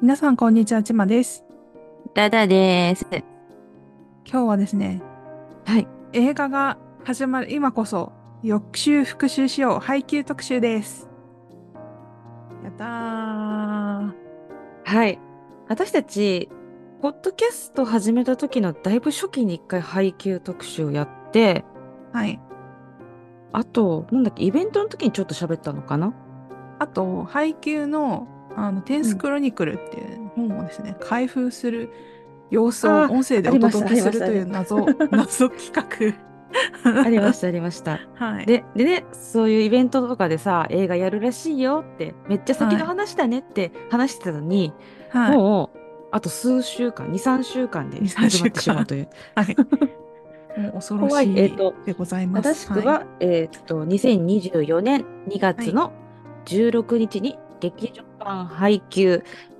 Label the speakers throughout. Speaker 1: 皆さん、こんにちは。ちまです。
Speaker 2: ダダです。
Speaker 1: 今日はですね、
Speaker 2: はい。
Speaker 1: 映画が始まる今こそ、翌週復習しよう、配給特集です。やったー。
Speaker 2: はい。私たち、ポッドキャスト始めた時のだいぶ初期に一回配給特集をやって、
Speaker 1: はい。
Speaker 2: あと、なんだっけ、イベントの時にちょっと喋ったのか な
Speaker 1: あと、配給の、あの、テンスクロニクルっていう本をですね、開封する様子を
Speaker 2: あー
Speaker 1: 音声で
Speaker 2: あ
Speaker 1: お
Speaker 2: りました
Speaker 1: 届けすると
Speaker 2: あ
Speaker 1: い
Speaker 2: り
Speaker 1: う
Speaker 2: まし
Speaker 1: 謎、 謎企画。
Speaker 2: ありました、ありました。
Speaker 1: はい。
Speaker 2: で、でね、そういうイベントとかでさ、映画やるらしいよって、めっちゃ先
Speaker 1: はい
Speaker 2: の話だねって話してたのに、
Speaker 1: はい。
Speaker 2: もう、あと数週間、2、3週間で
Speaker 1: 2 3
Speaker 2: 始まってしまうという。
Speaker 1: はい。もう恐ろ
Speaker 2: 怖
Speaker 1: し
Speaker 2: い
Speaker 1: い
Speaker 2: えっと
Speaker 1: でございま
Speaker 2: 正
Speaker 1: す。
Speaker 2: しくは、えーっと、2024年2月の16日に劇場版配給、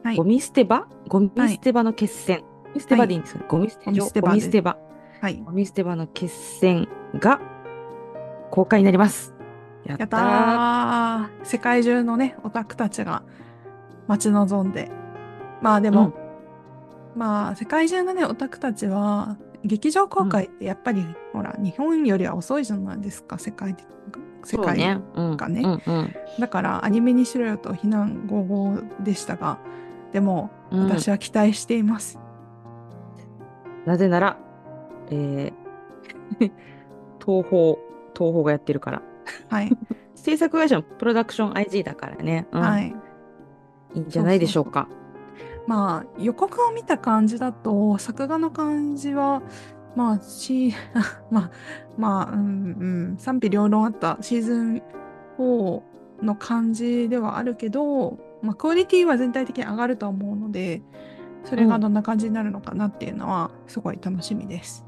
Speaker 1: はい
Speaker 2: ゴミ捨て場ゴミ捨て場の決戦。ゴミ捨て場でいいんですかね、ゴミ捨て場。
Speaker 1: ゴ
Speaker 2: ゴ
Speaker 1: ミ捨
Speaker 2: ミ捨
Speaker 1: て
Speaker 2: て場。
Speaker 1: はい。はい
Speaker 2: ゴミ捨て場の決戦が公開になります。やった
Speaker 1: や
Speaker 2: ー
Speaker 1: ったー世界中のね、オタクたちが待ち望んで。まあでも、まあ世界中のね、オタクたちは、劇場公開ってやっぱり、ほら、日本よりは遅いじゃないですか、世界的世
Speaker 2: そう
Speaker 1: 界、
Speaker 2: ね。うん。
Speaker 1: がね
Speaker 2: うんうん
Speaker 1: だからアニメにしろよと非難合々でしたが、でも、
Speaker 2: うん
Speaker 1: 私は期待しています。
Speaker 2: なぜなら、えー 東宝、東宝がやってるから。
Speaker 1: はい。
Speaker 2: 制作会社のプロダクション IG だからね。うん
Speaker 1: はい。
Speaker 2: いいんじゃないでしょうか。
Speaker 1: まあ予告を見た感じだと作画の感じはまあし まあまあうんうん賛否両論あったシーズン4の感じではあるけど、まあ、クオリティは全体的に上がるとは思うのでそれがどんな感じになるのかなっていうのはすごい楽しみです。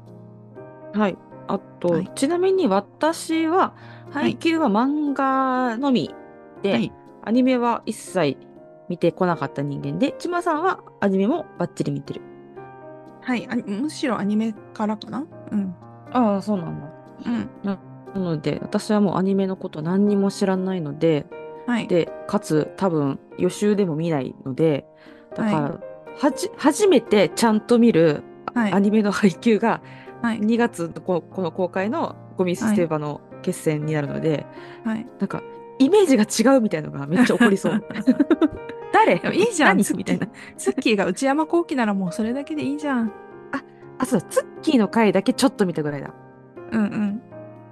Speaker 2: はい。あと、
Speaker 1: はい
Speaker 2: ちなみに私は、配給は漫画のみで、
Speaker 1: はい
Speaker 2: アニメは一切見てこなかった人間で、ちまさんはアニメもバッチリ見てる。
Speaker 1: はい、あむしろアニメからかなうん。
Speaker 2: ああ、そうなんだ。
Speaker 1: うん。
Speaker 2: なので、私はもうアニメのこと何にも知らないので、
Speaker 1: はい。
Speaker 2: で、かつ多分予習でも見ないので、だから、
Speaker 1: は
Speaker 2: はじ、初めてちゃんと見る
Speaker 1: はい
Speaker 2: アニメの配給が、
Speaker 1: はい
Speaker 2: 2月のここの公開のゴミ捨て場の決戦になるので、
Speaker 1: はい、
Speaker 2: なんか、イメージが違うみたいのがめっちゃ起こりそう。 誰
Speaker 1: でもいいじゃん
Speaker 2: 何
Speaker 1: ツッキー
Speaker 2: みたいな。
Speaker 1: ツッキーが内山幸輝ならもうそれだけでいいじゃん。
Speaker 2: あ、そうだ、ツッキーの回だけちょっと見たぐらいだ。
Speaker 1: うんうん。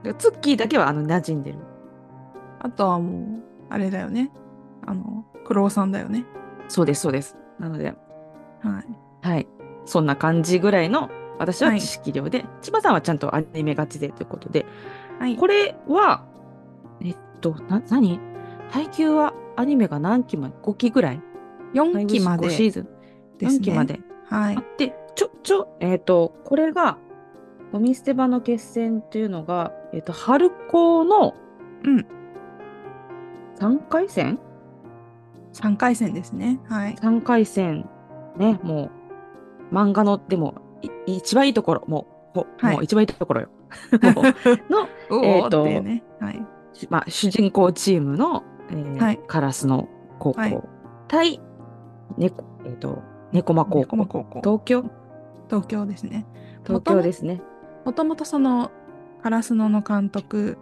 Speaker 2: でツッキーだけは、あの、馴染んでる。
Speaker 1: あとはもう、あれだよね。あの、クロさんだよね。
Speaker 2: そうです、そうです。なので、
Speaker 1: はい。
Speaker 2: はい。そんな感じぐらいの、私は
Speaker 1: はい
Speaker 2: 知識量で、千葉さんはちゃんとアニメガチでということで、
Speaker 1: はい。
Speaker 2: これは、えっと、な、何配給はアニメが何期まで ?5 期ぐらい
Speaker 1: 4期ま
Speaker 2: ?5
Speaker 1: で
Speaker 2: シーズン。
Speaker 1: ですね。
Speaker 2: 4期まで。
Speaker 1: はい
Speaker 2: あ。で、ちょ、ちょ、えっ、と、これが、ゴミ捨て場の決戦っていうのが、えっ、と、春高の、
Speaker 1: うん。
Speaker 2: 3回戦
Speaker 1: 3回戦ですね。はい。
Speaker 2: ?3 回戦、ね、もう、漫画の、でも、い一番いいところ、もう、ほ
Speaker 1: はい
Speaker 2: もう一番いいところよ。 もうの、
Speaker 1: お
Speaker 2: え
Speaker 1: ー
Speaker 2: ーと
Speaker 1: っていうね。はい。
Speaker 2: しまあ、主人公チームの、えー
Speaker 1: はい
Speaker 2: カラスの高校、
Speaker 1: はい
Speaker 2: 対、猫、えっ、と、猫間高
Speaker 1: 高
Speaker 2: 校。
Speaker 1: 校高校。
Speaker 2: 東京
Speaker 1: 東京ですね。
Speaker 2: 東京ですね。
Speaker 1: もともとその、カラスノの監督、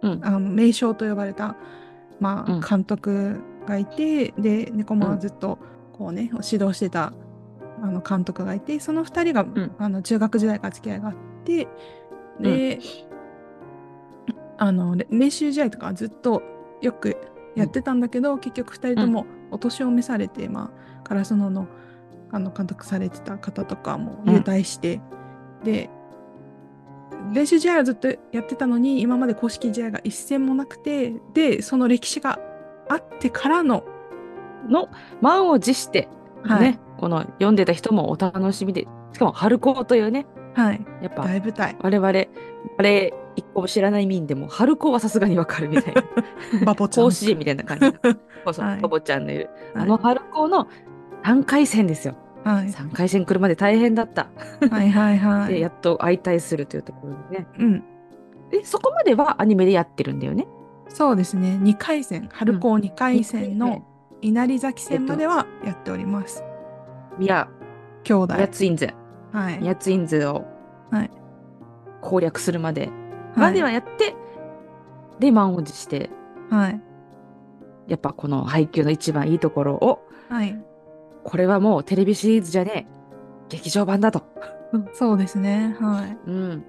Speaker 2: うん
Speaker 1: あの名将と呼ばれた、ま
Speaker 2: うん
Speaker 1: あ、監督がいて、で、猫もずっと、こうね、指導してた、あの、監督がいて、その二人が、
Speaker 2: ん
Speaker 1: あの、中学時代から付き合いがあって、で、あの、れ練習試合とかずっとよくやってたんだけど、結局二人ともお年を召されて、まあ、カラスノの、あの、監督されてた方とかも
Speaker 2: うん
Speaker 1: 入隊して、で、練習試合はずっとやってたのに今まで公式試合が一戦もなくてでその歴史があってからの、
Speaker 2: の、満を持して、
Speaker 1: はい
Speaker 2: ね、この読んでた人もお楽しみで、しかも春高というね、
Speaker 1: はい、
Speaker 2: やっぱ
Speaker 1: 大舞台
Speaker 2: 我々、我々一個も知らない民でも、春高はさすがにわかるみたい な、
Speaker 1: バポちゃん
Speaker 2: 甲子園みたいな 感じ。そうそう、
Speaker 1: はい
Speaker 2: パボちゃんのいる。
Speaker 1: はい
Speaker 2: あの春高の3回戦ですよ。
Speaker 1: はい
Speaker 2: 3回戦来るまで大変だった。
Speaker 1: はいはいは
Speaker 2: で、
Speaker 1: い
Speaker 2: やっと相対するというところでね。
Speaker 1: うん
Speaker 2: え、そこまではアニメでやってるんだよね。
Speaker 1: そうですね2回戦春高2回戦の稲荷崎戦まではやっております。
Speaker 2: いや、
Speaker 1: 兄弟。
Speaker 2: やつ印税、
Speaker 1: はい。
Speaker 2: やつ印税を
Speaker 1: はい
Speaker 2: 攻略するまで、
Speaker 1: は
Speaker 2: ま
Speaker 1: い
Speaker 2: ではやって、で、満を持して、
Speaker 1: はい。
Speaker 2: やっぱこの配給の一番いいところを、
Speaker 1: はい。
Speaker 2: これはもうテレビシリーズじゃねえ、劇場版だと。
Speaker 1: そうですね。はい。
Speaker 2: うん。やっ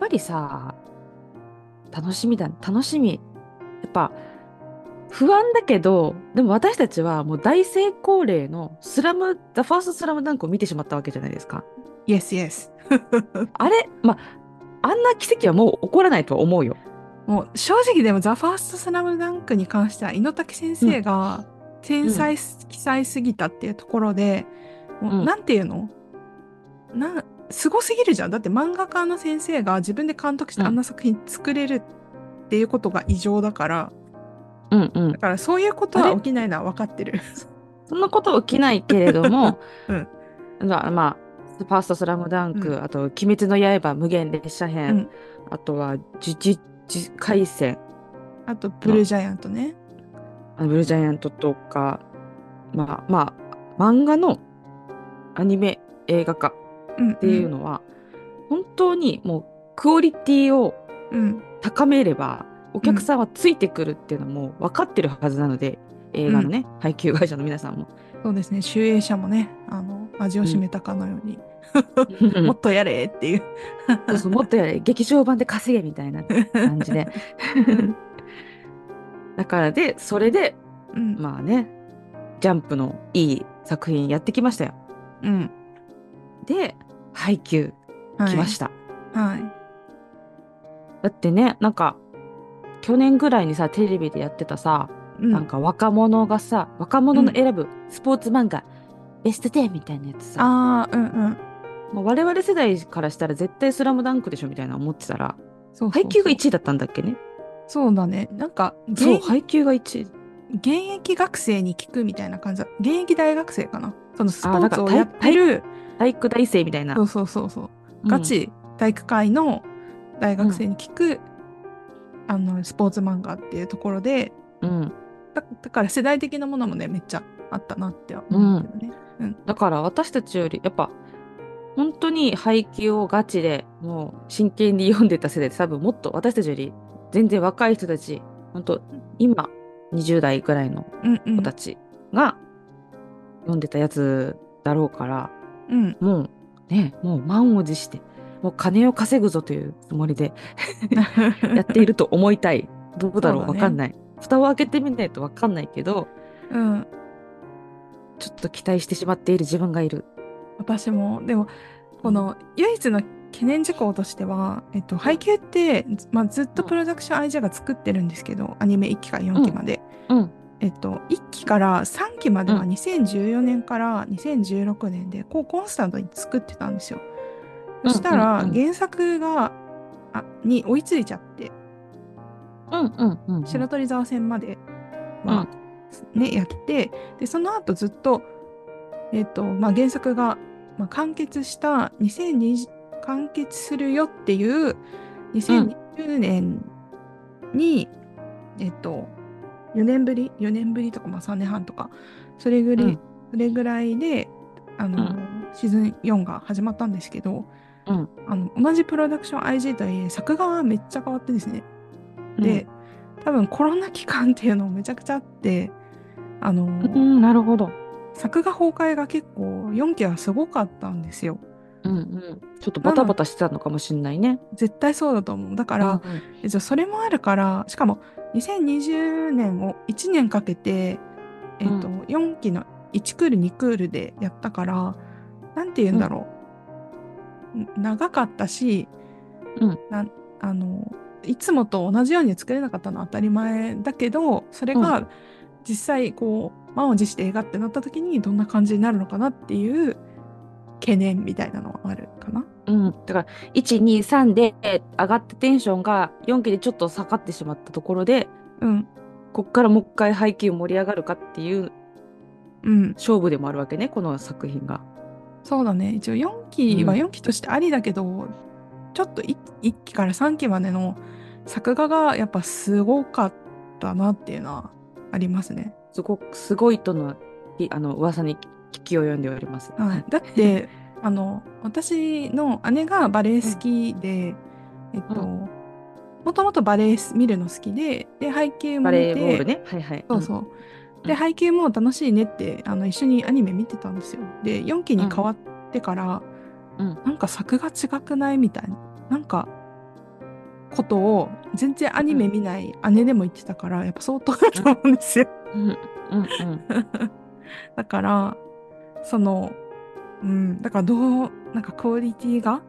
Speaker 2: ぱりさ、楽しみだ、楽しみ。やっぱ、不安だけど、でも私たちはもう大成功例のスラム、ザ・ファーストスラムダンクを見てしまったわけじゃないですか。
Speaker 1: イエスイエス。
Speaker 2: あれ、まあ、あんな奇跡はもう起こらないとは思うよ。
Speaker 1: もう正直でも「ザ・ファーストスラムダンクに関しては猪竹先生が天才記載すぎたっていうところで、もううんなんていうのなすごすぎるじゃんだって漫画家の先生が自分で監督して
Speaker 2: うん
Speaker 1: あんな作品作れるっていうことが異常だから、
Speaker 2: うんうん
Speaker 1: だ。からそういうこと
Speaker 2: あ
Speaker 1: は
Speaker 2: れ
Speaker 1: 起きないのは分かって る
Speaker 2: そんなこと起きないけれども、
Speaker 1: うん
Speaker 2: まあ、まあ、ファーストスラムダンク、
Speaker 1: うん
Speaker 2: あと、鬼滅の刃、無限列車編、
Speaker 1: うん
Speaker 2: あとは、呪術回戦、
Speaker 1: あとブルージャイアントね、
Speaker 2: あのブルージャイアントとか、まあ、まあ、漫画のアニメ映画化
Speaker 1: うん、
Speaker 2: っていうのは、本当にもう、クオリティを
Speaker 1: うん
Speaker 2: 高めれば、お客さんはついてくるっていうのも分かってるはずなので、映画のね、配給会社の皆さ んも。
Speaker 1: そうですね集英社もねあの味を占めたかのように、もっとやれっていう
Speaker 2: そうそうもっとやれ劇場版で稼げみたいな感 じでだからでそれで
Speaker 1: うん、
Speaker 2: まあねジャンプのいい作品やってきましたよ
Speaker 1: うん
Speaker 2: で配給
Speaker 1: はい、
Speaker 2: 来ました、
Speaker 1: たはい
Speaker 2: だってねなんか去年ぐらいにさテレビでやってたさ、
Speaker 1: うん
Speaker 2: なんか若者がさ若者の選ぶスポーツ漫画、ベスト10みたいなやつさ
Speaker 1: ああ、うんうん。
Speaker 2: もう我々世代からしたら絶対「スラムダンクでしょみたいな思ってたら
Speaker 1: そうそうそう
Speaker 2: 配給が1位だったんだっけね
Speaker 1: そうだね。なんか、現
Speaker 2: そう配給が1位
Speaker 1: 現役学生に聞くみたいな感じだ。現役大学生かな。そのスポーツ
Speaker 2: あ
Speaker 1: を
Speaker 2: ーな
Speaker 1: や
Speaker 2: ん
Speaker 1: っ
Speaker 2: か
Speaker 1: てる、
Speaker 2: 体育大生みたいな
Speaker 1: そうそうそうそう、
Speaker 2: うん
Speaker 1: ガチ体育会の大学生に聞く、あの、スポーツ漫画っていうところで、
Speaker 2: うん、
Speaker 1: だだから世代的なものもね、めっちゃあったなっては思うけどね。
Speaker 2: だから私たちよりやっぱ本当に配給をガチでもう真剣に読んでた世代って多分もっと私たちより全然若い人たち本当今20代ぐらいの
Speaker 1: うんう
Speaker 2: 子
Speaker 1: ん。
Speaker 2: たちが読んでたやつだろうから、
Speaker 1: うん。
Speaker 2: もうねもう満を持してもう金を稼ぐぞというつもりでやっていると思いた いどうだろう
Speaker 1: そうだ
Speaker 2: わ
Speaker 1: ね
Speaker 2: かんない蓋を開けてみないとわかんないけど
Speaker 1: うん。
Speaker 2: ちょっと期待してしまっている自分がいる。
Speaker 1: 私もでもこの唯一の懸念事項としては、えっと、配給って、まあ、ずっとプロダクション IG が作ってるんですけどアニメ1期から4期まで、
Speaker 2: うん
Speaker 1: えっと、1期から3期までは
Speaker 2: う
Speaker 1: 2014年から2016年でこうコンスタントに作ってたんですよ。そしたら
Speaker 2: うんうんうん
Speaker 1: 原作があに追いついちゃって
Speaker 2: うんうんうんうん
Speaker 1: 白鳥沢戦までは、ねやってでその後ずっと,、えっとまあ、原作が、まあ、完結した2020完結するよっていう2020年に、えっと4年ぶり4年ぶりとか、まあ、3年半とかそれぐらい,、
Speaker 2: うん
Speaker 1: それぐらいであの、
Speaker 2: う
Speaker 1: シーズン4が始まったんですけど、
Speaker 2: うん
Speaker 1: あの同じプロダクション IG とはいえ作画はめっちゃ変わってですね
Speaker 2: うん
Speaker 1: で、多分コロナ期間っていうのもめちゃくちゃあってあの、
Speaker 2: うん、なるほど。
Speaker 1: 作画崩壊が結構4期はすごかったんですよ
Speaker 2: うんうん。ちょっとバタバタしてたのかもしれないね。
Speaker 1: 絶対そうだと思うだから、えっとそれもあるからしかも2020年を1年かけて、えっと
Speaker 2: う
Speaker 1: 4期の1クール2クールでやったからなんて言うんだろう、ん長かったし、
Speaker 2: うん
Speaker 1: なんあのいつもと同じように作れなかったのは当たり前だけどそれ
Speaker 2: う
Speaker 1: が実際こう満を持して映画ってなった時にどんな感じになるのかなっていう懸念みたいなのはあるかな。
Speaker 2: うん。だから、1、2、3で上がったテンションが4期でちょっと下がってしまったところで、
Speaker 1: うん、
Speaker 2: こっからもう一回配給盛り上がるかっていう
Speaker 1: うん
Speaker 2: 勝負でもあるわけね、この作品が。
Speaker 1: そうだね一応4期は
Speaker 2: うん
Speaker 1: 4期としてありだけど、ちょっと 1, 期から3期までの作画がやっぱすごかったなっていうのはありますね。
Speaker 2: すごくすごいとのいあの噂に聞き及んでおります。
Speaker 1: はい、だ ってあの私の姉がバレエ好きで、えっと、
Speaker 2: う
Speaker 1: もともとバレエ見るの好きでで背景も
Speaker 2: バ
Speaker 1: 見
Speaker 2: レ
Speaker 1: て
Speaker 2: ーボールね。はいはい。
Speaker 1: そうそう、
Speaker 2: うん
Speaker 1: で背景も楽しいねってあの一緒にアニメ見てたんですよで4期に変わってから、
Speaker 2: うん
Speaker 1: なんか作が違くないみたいななんかことを全然アニメ見ない姉でも言ってたから、やっぱ相当だと思うんですよ
Speaker 2: うん。うんうんうん。
Speaker 1: だからそのうんだからどうなんかクオリティが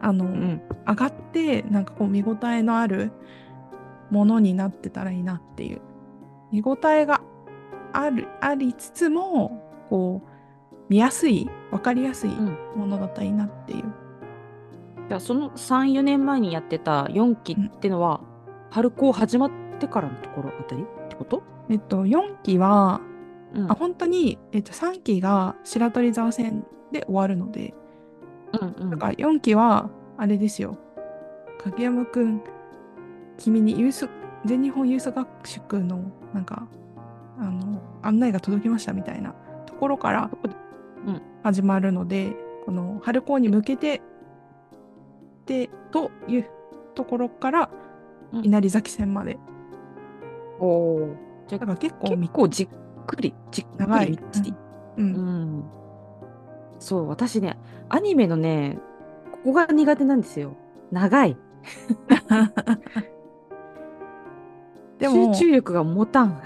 Speaker 1: あの、
Speaker 2: うん
Speaker 1: 上がってなんかこう見応えのあるものになってたらいいなっていう見応えがあるありつつもこう見やすい分かりやすい
Speaker 2: うん
Speaker 1: ものだったらいいなっていう、
Speaker 2: じゃあその3、4年前にやってた4期ってのは、春高始まってからのところあたりってこと
Speaker 1: えっと4期は
Speaker 2: うん
Speaker 1: あ本当に、えっと、3期が白鳥沢戦で終わるので、
Speaker 2: うんう
Speaker 1: だ
Speaker 2: ん
Speaker 1: か。ら4期はあれですよ影山くん君にユース全日本ユース合宿のなんかあの案内が届きましたみたいなところから
Speaker 2: うん
Speaker 1: 始まるので、この春高に向けてでというところから
Speaker 2: うん
Speaker 1: 稲荷崎戦まで、
Speaker 2: おお。じゃ
Speaker 1: だ
Speaker 2: あ
Speaker 1: から結構み
Speaker 2: 結構じっくり、じっくり
Speaker 1: 長い
Speaker 2: みっちり。
Speaker 1: う
Speaker 2: うんん。そう、私ね、アニメのね、ここが苦手なんですよ。長い。
Speaker 1: でも
Speaker 2: 集中力が持たん。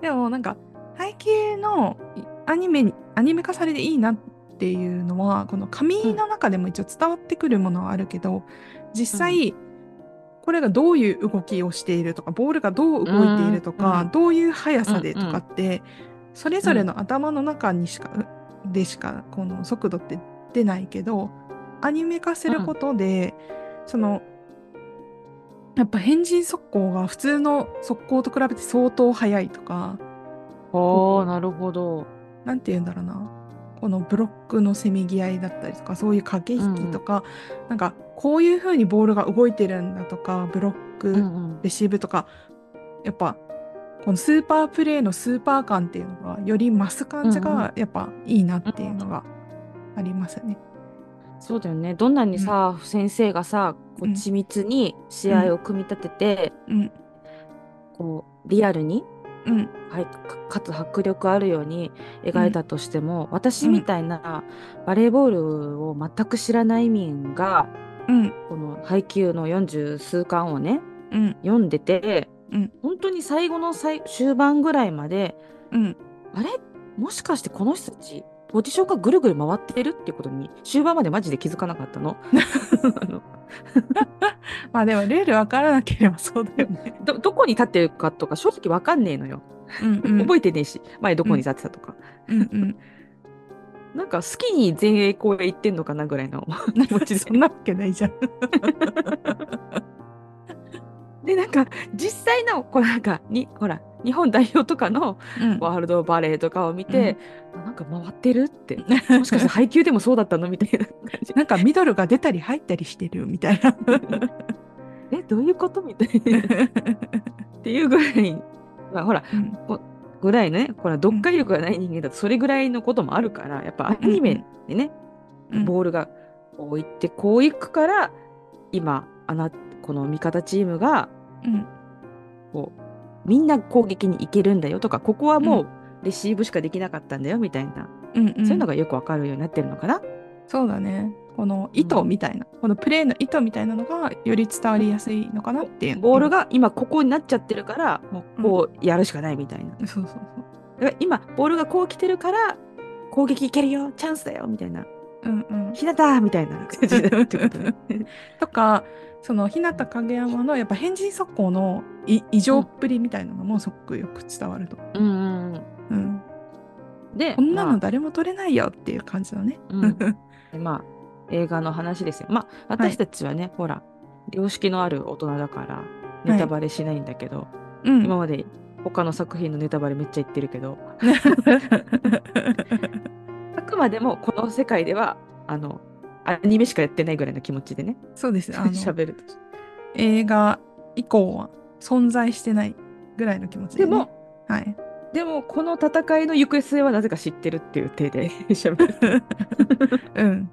Speaker 1: でもなんか背景のいアニメにアニメ化されていいなっていうのはこの紙の中でも一応伝わってくるものはあるけど、実際これがどういう動きをしているとかボールがどう動いているとか、
Speaker 2: うん
Speaker 1: どういう速さでとかって、それぞれの頭の中にしか、でしかこの速度って出ないけどアニメ化することで、そのやっぱ変人速攻が普通の速攻と比べて相当速いとか
Speaker 2: ああ、なるほど。
Speaker 1: なんて言うんだろうなこのブロックのせめぎ合いだったりとかそういう駆け引きとか、なんかこういう風にボールが動いてるんだとかブロック、
Speaker 2: うんうん。
Speaker 1: レシーブとかやっぱこのスーパープレーのスーパー感っていうのがより増す感じ
Speaker 2: うん
Speaker 1: がやっぱいいなっていうのがありますね。
Speaker 2: そうだよね。どんなにさ、先生がさ、こう
Speaker 1: うん
Speaker 2: 緻密に試合を組み立てて、
Speaker 1: うん
Speaker 2: こうリアルに、
Speaker 1: うん
Speaker 2: はい、かかつ迫力あるように描いたとしても、私みたいなバレーボールを全く知らない民が、
Speaker 1: うん
Speaker 2: この配球の40数巻をね、
Speaker 1: うん
Speaker 2: 読んでて、
Speaker 1: うん
Speaker 2: 本当に最後の最終盤ぐらいまで、
Speaker 1: うん
Speaker 2: あれもしかしてこの人たち、ポジションがぐるぐる回ってるっていうことに、終盤までマジで気づかなかった の。あの
Speaker 1: まあでもルールわからなければそうだよね。
Speaker 2: どどこに立ってるかとか正直わかんねえのよ、
Speaker 1: うんうん
Speaker 2: 覚えてねえし前どこに立ってたとか、
Speaker 1: うんうん
Speaker 2: なんか好きに全英公へ行ってんのかなぐらいの気持ち
Speaker 1: そ
Speaker 2: で
Speaker 1: んなわけないじゃん。
Speaker 2: でなんか実際のこうなんかにほら日本代表とかの
Speaker 1: うん
Speaker 2: ワールドバレーとかを見て、あなんか回ってるってもしかして配球でもそうだったのみたいな感じ
Speaker 1: なんかミドルが出たり入ったりしてるみたいな。
Speaker 2: えどういうことみたいな っていうぐらい、まあ、ほら
Speaker 1: うん
Speaker 2: ぐらいねほら読解力がない人間だとそれぐらいのこともあるからやっぱアニメでね、ボールがこういってこういくから今あなこの味方チームが
Speaker 1: うん
Speaker 2: こうみんな攻撃に行けるんだよとかここはも
Speaker 1: う
Speaker 2: うレシーブしかできなかったんだよみたいな、
Speaker 1: うんうん
Speaker 2: そういうのがよくわかるようになってるのかな。
Speaker 1: そうだね。この意図みたいな、このプレーの意図みたいなのがより伝わりやすいのかなっていう。
Speaker 2: ボールが今ここになっちゃってるからもうこうやるしかないみたいな。
Speaker 1: うん。そうそう
Speaker 2: だから今ボールがこう来てるから攻撃いけるよチャンスだよみたいな
Speaker 1: そう。うんうん。
Speaker 2: 日向みたいな感じになるってことね
Speaker 1: とか、その日向影山のやっぱ変人速攻のい異常っぷりみたいなのもすごくよく伝わると。
Speaker 2: うんうんうん
Speaker 1: うん。
Speaker 2: で
Speaker 1: こんな
Speaker 2: まあ
Speaker 1: の誰も取れないよっていう感じだね。
Speaker 2: うん、でまあ映画の話ですよ。まあ私たちはね、ほら良識のある大人だから
Speaker 1: い
Speaker 2: ネタバレしないんだけど、
Speaker 1: うん。
Speaker 2: 今まで他の作品のネタバレめっちゃ言ってるけ どあくまでもこの世界ではあのアニメしかやってないぐらいの気持ちでね
Speaker 1: そうですね。あの
Speaker 2: 喋ると
Speaker 1: 映画以降は存在してないぐらいの気持ち
Speaker 2: で
Speaker 1: でね、
Speaker 2: も
Speaker 1: はい。
Speaker 2: でも、この戦いの行方末はなぜか知ってるっていう体で 喋
Speaker 1: うん。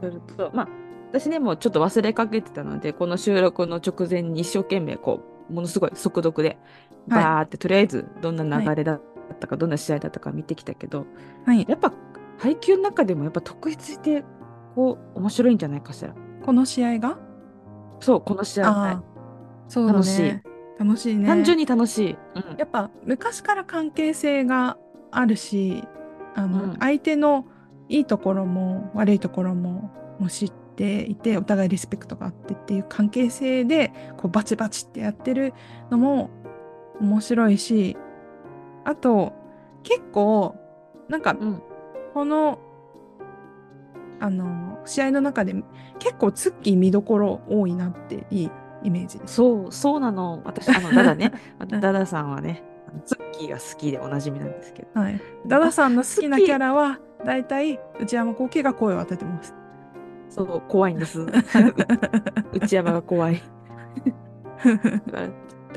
Speaker 2: ると、まあ、私ね、もうちょっと忘れかけてたので、この収録の直前に一生懸命、こう、ものすごい速読で、バーって、とりあえず、どんな流れだったか、どんな試合だったか見てきたけど、
Speaker 1: はい。
Speaker 2: やっぱ、配球の中でも、やっぱ、特筆して、こう、面白いんじゃないかしら。
Speaker 1: この試合が
Speaker 2: そう、この試合は
Speaker 1: ああそうだね。
Speaker 2: 楽しい。
Speaker 1: 楽しいね。
Speaker 2: 単純に楽しい。うん
Speaker 1: やっぱ昔から関係性があるしあの、
Speaker 2: うん
Speaker 1: 相手のいいところも悪いところももう知っていてお互いリスペクトがあってっていう関係性でこうバチバチってやってるのも面白いしあと結構なんか
Speaker 2: うん
Speaker 1: この、あの試合の中で結構ツッキー見どころ多いなっていいイメージです。
Speaker 2: そう、そうなの。私、あの、ダダね。ダダさんはね、あのツッキーが好きでおなじみなんですけど。
Speaker 1: はい、ダダさんの好きなキャラはだいたい内山幸喜が声を当てて ます。
Speaker 2: そう、怖いん です。内山が怖い。だから、だから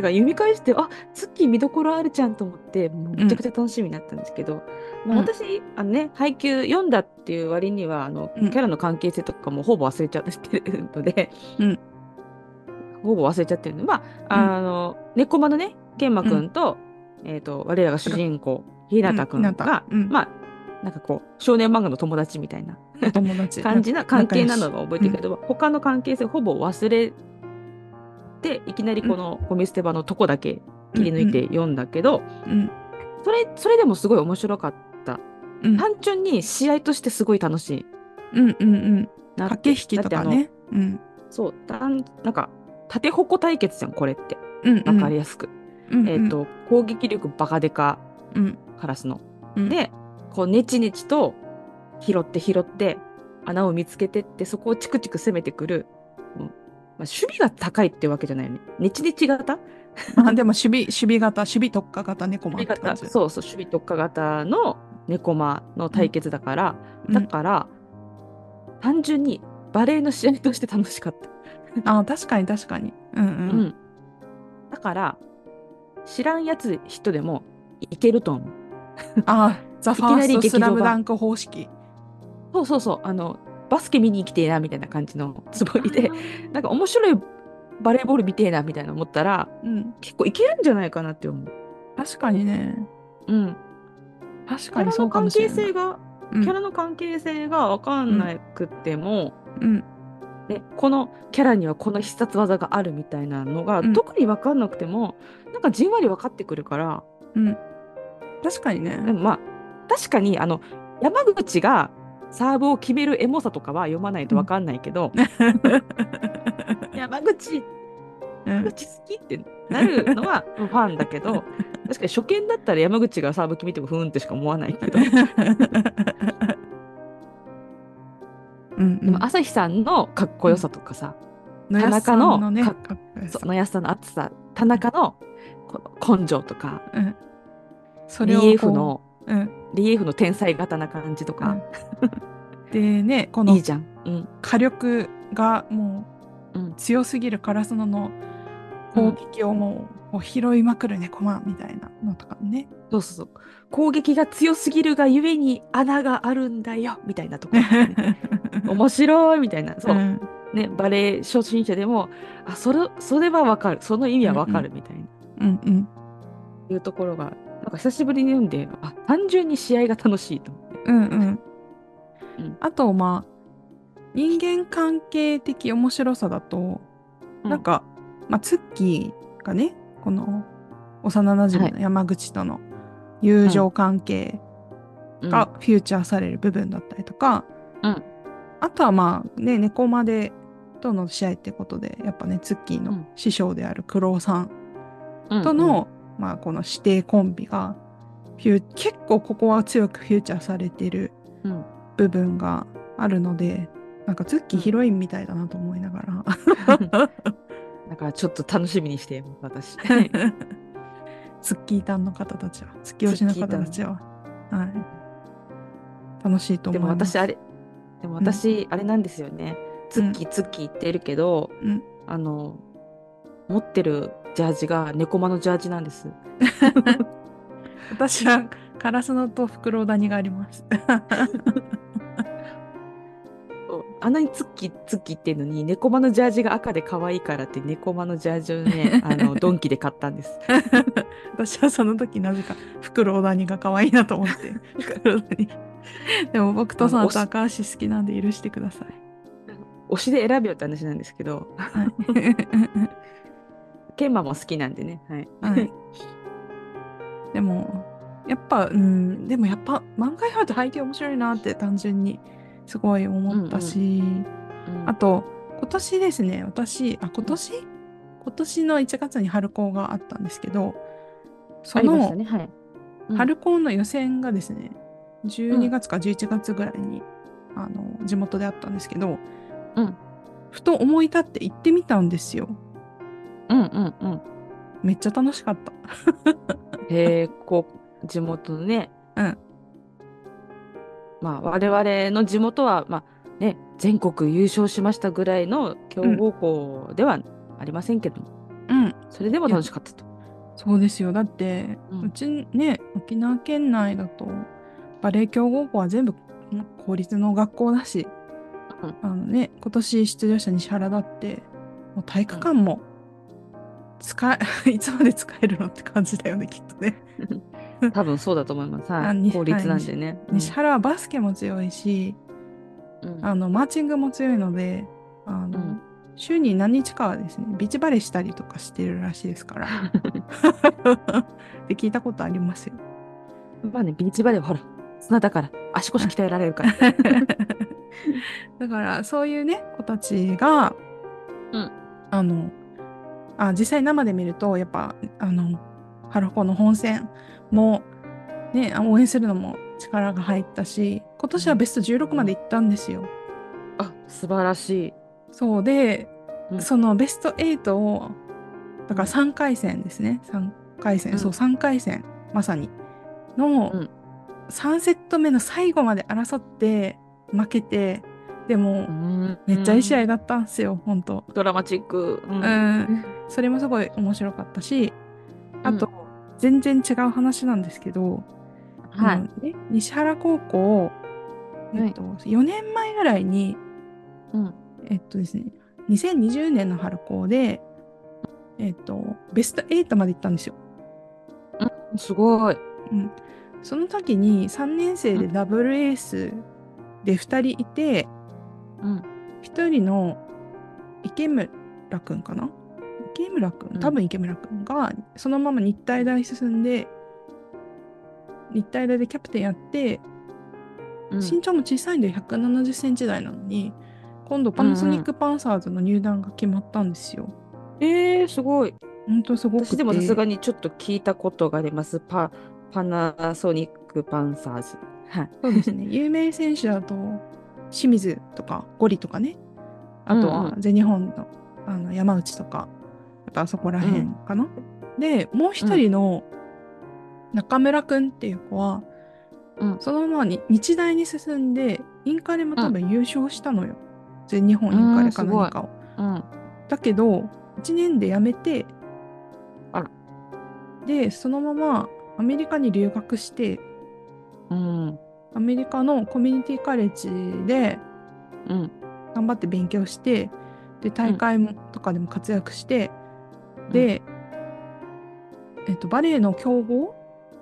Speaker 2: 読み返して、あツッキー見どころあるじゃんと思って、もうめちゃくちゃ楽しみになったんですけど、
Speaker 1: ん
Speaker 2: もう私、あのね、配給読んだっていう割には、あの、
Speaker 1: うん
Speaker 2: キャラの関係性とかもほぼ忘れちゃってるので、
Speaker 1: うん
Speaker 2: ほぼ忘れちゃってるので、まあ、あの、猫魔のね、健馬くんと、えっ、と、我らが主人公、ひなたくん
Speaker 1: うんひな
Speaker 2: が
Speaker 1: た、うん
Speaker 2: まあ、なんかこう、少年漫画の友達みたいな
Speaker 1: お友達。
Speaker 2: 感じな関係なの
Speaker 1: 仲
Speaker 2: は覚えてるけど、他の関係性ほぼ忘れていきなりこのゴミ捨て場のとこだけ切り抜いて読んだけど、
Speaker 1: 良し。うん
Speaker 2: それそれでもすごい面白かった
Speaker 1: うん
Speaker 2: 単純に試合としてすごい楽しい
Speaker 1: うんうんうん。
Speaker 2: なって
Speaker 1: 駆け引きとか
Speaker 2: だって
Speaker 1: ね。うん
Speaker 2: あのそうたんなんか縦矛対決じゃんこれって
Speaker 1: うんうん。
Speaker 2: わかりやすく、
Speaker 1: うんうん
Speaker 2: えっ、、と攻撃力バカデカ
Speaker 1: うん
Speaker 2: カラスの、
Speaker 1: うん、
Speaker 2: でこうネチネチと拾って拾って穴を見つけてってそこをチクチク攻めてくる、うんまあ、守備が高いってわけじゃないよねネチネチ型
Speaker 1: まあでも守備守備型守備特化型猫マン
Speaker 2: 守
Speaker 1: って感
Speaker 2: 備型
Speaker 1: じ。
Speaker 2: そうそう守備特化型の猫間の対決だから、
Speaker 1: うん
Speaker 2: だから、単純にバレーの試合として楽しかった、
Speaker 1: あ確かに確かに。うんうん。
Speaker 2: うんだから知らんやつ人でもいけると思う
Speaker 1: あザファー
Speaker 2: いきな
Speaker 1: ス
Speaker 2: り
Speaker 1: ト
Speaker 2: 劇
Speaker 1: ス
Speaker 2: 場版
Speaker 1: ラムダンク方式。
Speaker 2: そうそうそうあのバスケ見に来てえなみたいな感じのつもりで
Speaker 1: あー。
Speaker 2: なんか面白いバレーボール見てえなみたいな思ったら
Speaker 1: うん。
Speaker 2: 結構いけるんじゃないかなって思う。
Speaker 1: 確かにね。
Speaker 2: うん、
Speaker 1: 確
Speaker 2: キ
Speaker 1: か
Speaker 2: ャ
Speaker 1: に
Speaker 2: ラ
Speaker 1: そ
Speaker 2: の
Speaker 1: うかも
Speaker 2: 関
Speaker 1: しれ
Speaker 2: 係
Speaker 1: ない。
Speaker 2: 性が、
Speaker 1: うん
Speaker 2: キャラの関係性が分かんなくっても、
Speaker 1: うん
Speaker 2: ね、このキャラにはこの必殺技があるみたいなのが、
Speaker 1: うん
Speaker 2: 特に分かんなくてもなんかじんわり分かってくるから
Speaker 1: 確かにね。
Speaker 2: でもまあ確かにあの山口がサーブを決めるエモさとかは読まないと分かんないけ ど、山口
Speaker 1: うん
Speaker 2: 山口好きってなるの はファンだけど確かに初見だったら山口がサーブ決めてもふーんってしか思わないけど
Speaker 1: うん、
Speaker 2: でも朝日さんのかっこよさとかさ、田中の
Speaker 1: 野谷さんね、か
Speaker 2: か
Speaker 1: っこよさ
Speaker 2: その安さの熱さ田中のこの根性とか
Speaker 1: うん、それをこう
Speaker 2: リエフ、の
Speaker 1: うん、
Speaker 2: リエフの天才型な感じとか、
Speaker 1: でねこ
Speaker 2: い
Speaker 1: の
Speaker 2: いじゃん。うん
Speaker 1: 火力がも
Speaker 2: うん
Speaker 1: う強すぎるからそのの攻撃をもうこう拾いまくるね駒みたいなのとかね
Speaker 2: そうそうそう攻撃が強すぎるがゆえに穴があるんだよみたい なところとかね、面白いみたいなそう、
Speaker 1: うん
Speaker 2: ね、バレエ初心者でもあそれそれはわかるその意味はわかるみたいな、
Speaker 1: うんうん
Speaker 2: いうところがなんか久しぶりに読んであ単純に試合が楽しいと思 って
Speaker 1: うんうん
Speaker 2: うん
Speaker 1: あとまあ人間関係的面白さだと、
Speaker 2: うん
Speaker 1: なんか、まあ、ツッキーがねこの幼なじみの山口との友情関係がフューチャーされる部分だったりとか、
Speaker 2: うん
Speaker 1: あとはまあね猫までとの試合ってことでやっぱねツッキー
Speaker 2: う
Speaker 1: の
Speaker 2: ん
Speaker 1: 師匠である九郎さん
Speaker 2: うん
Speaker 1: との、まあ、この師弟コンビがフュー結構ここは強くフューチャーされてる
Speaker 2: うん
Speaker 1: 部分があるので、なんかツッキーヒロインみたいだなと思いながら。
Speaker 2: うんなんかちょっと楽しみにして 私
Speaker 1: ツッキータンの方たちは、ツッキー推しの方たちは、はい、楽しいと思い
Speaker 2: でも
Speaker 1: ます。
Speaker 2: 私あれでも私、あれなんですよねツッキーツッキー言ってるけど、
Speaker 1: うん
Speaker 2: あの持ってるジャージが猫間のジャージなんです。
Speaker 1: 私はカラスのとフクロウダニがあります。
Speaker 2: あんなにツッキツッキっていうのに猫間のジャージが赤で可愛いからって猫間のジャージを ねあのドンキで買ったんです。
Speaker 1: 私はその時なぜかフクロウダニが可愛いなと思って。 フクロウダニ。でも僕とさんと赤足好きなんで許してください。
Speaker 2: 推しで選べよって話なんですけど
Speaker 1: はい
Speaker 2: ケンマも好きなんでね、はい、
Speaker 1: はい、でもやっぱうんでもやっぱ漫画読むと背景面白いなって単純にすごい思ったし、あと今年ですね私あ今年今年の1月に春高があったんですけどそ
Speaker 2: ありました
Speaker 1: の
Speaker 2: ねはい。うん
Speaker 1: 春高の予選がですね、12月か11月ぐらいに、あの地元であったんですけど、
Speaker 2: うん
Speaker 1: ふと思い立って行ってみたんですよ
Speaker 2: うんうんうん。
Speaker 1: めっちゃ楽しかった
Speaker 2: へえこう地元のね、
Speaker 1: うん、
Speaker 2: まあ我々の地元はまあね全国優勝しましたぐらいの強豪校ではありませんけども、
Speaker 1: うん
Speaker 2: それでも楽しかったと。
Speaker 1: そうですよだって、
Speaker 2: う
Speaker 1: うんちね沖縄県内だとバレエ強豪校は全部ま公立の学校だし、
Speaker 2: うん
Speaker 1: あのね今年出場した西原だってもう体育館も使え いつまで使えるのって感じだよねきっとね。
Speaker 2: 多分そうだと思います。
Speaker 1: あ
Speaker 2: は
Speaker 1: に
Speaker 2: い、効率なんでね。うん
Speaker 1: 西原はバスケも強いし
Speaker 2: うん
Speaker 1: あのマーチングも強いのであの、
Speaker 2: うん
Speaker 1: 週に何日かはですねビーチバレーしたりとかしてるらしいです からって聞いたことありますよ。
Speaker 2: まあね、ビーチバレーはほら、砂だから、足腰鍛えられるから。
Speaker 1: だからそういうね子たちが、
Speaker 2: うん
Speaker 1: あのあ実際生で見るとやっぱあのハロコの本戦も、ね、あ応援するのも力が入ったし今年はベスト16まで行ったんですよ。
Speaker 2: あ、素晴らしい。
Speaker 1: そうで、
Speaker 2: うん
Speaker 1: そのベスト8をだから3回戦ですね3回戦、
Speaker 2: うん
Speaker 1: そう3回戦まさにの
Speaker 2: うん
Speaker 1: 3セット目の最後まで争って負けてでも、めっちゃいい試合
Speaker 2: うん
Speaker 1: だったんですよ、本当。
Speaker 2: ドラマチック。う
Speaker 1: うんん、それもすごい面白かったし、あと、全然違う話なんですけど、
Speaker 2: は
Speaker 1: あ
Speaker 2: い
Speaker 1: の。ね西原高校、えっと、4年前ぐらいに、
Speaker 2: うん
Speaker 1: えっとですね、2020年の春高で、えっと、ベスト8まで行ったんですよ。
Speaker 2: すごい。
Speaker 1: うん、その時に3年生でダブルエースで2人いて、
Speaker 2: うん。
Speaker 1: 一人の池村くんかな池村く
Speaker 2: うん
Speaker 1: ん多分池村くんがそのまま日体大進んで日体大でキャプテンやって、
Speaker 2: うん
Speaker 1: 身長も小さいんで1 7 0センチ台なのに今度パナソニックパンサーズの入団が決まったんですよ。
Speaker 2: えー、すごい。
Speaker 1: ほんとすごくて
Speaker 2: 私でもさすがにちょっと聞いたことがあります。パパナソニックパンサーズ。はい。
Speaker 1: そうですね有名選手だと清水とかゴリとかねあと
Speaker 2: うん
Speaker 1: は
Speaker 2: う
Speaker 1: 全日本のあの山内とかあとあそこら辺かな、でもう一人の中村くんっていう子は、
Speaker 2: うん
Speaker 1: そのままに日大に進んでインカレも多分優勝したのよ、全日本インカレか何かを、
Speaker 2: うん。
Speaker 1: だけど1年で辞めて
Speaker 2: あら
Speaker 1: でそのままアメリカに留学して
Speaker 2: うん。
Speaker 1: アメリカのコミュニティカレッジで
Speaker 2: うん。
Speaker 1: 頑張って勉強してで大会もとかでも活躍して、で、えっと、バレエの強豪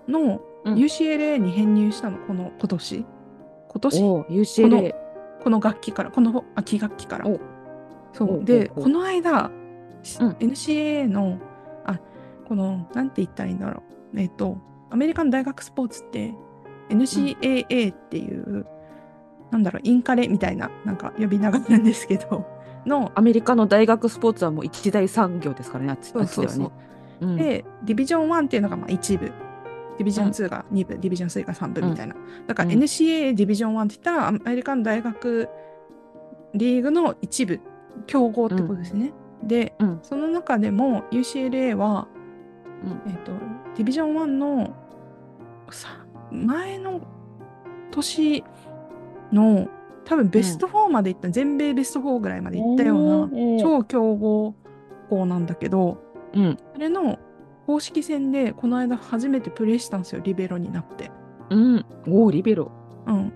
Speaker 1: の
Speaker 2: うん
Speaker 1: UCLA に編入したのこの今年今年
Speaker 2: おー UCLA。
Speaker 1: この楽器からこの秋学期から
Speaker 2: お
Speaker 1: そ
Speaker 2: お
Speaker 1: うで
Speaker 2: おお
Speaker 1: この間、し
Speaker 2: うん
Speaker 1: NCAA のあこのなんて言ったらいいんだろうえっとアメリカの大学スポーツって NCAA っていう、なんだろうインカレみたいななんか呼び名があるんですけどの
Speaker 2: アメリカの大学スポーツはもう一大産業ですからね、あっちあっちではね。うん
Speaker 1: で、ディビジョン1っていうのがまあ1部、ディビジョン2が2部、ディビジョン3が3部みたいな。だから
Speaker 2: うん
Speaker 1: NCAA ディビジョン1って言ったら、アメリカの大学リーグの一部、競合ってことですね。で、
Speaker 2: うん
Speaker 1: その中でも UCLA は、
Speaker 2: うん
Speaker 1: えっとディビジョン1のさ前の年の多分ベスト4まで行った、全米ベスト4ぐらいまで行ったような
Speaker 2: うん
Speaker 1: 超強豪校なんだけど、
Speaker 2: うん。
Speaker 1: それの公式戦でこの間初めてプレーしたんですよリベロになって。
Speaker 2: うん。おーリベロ。
Speaker 1: うん、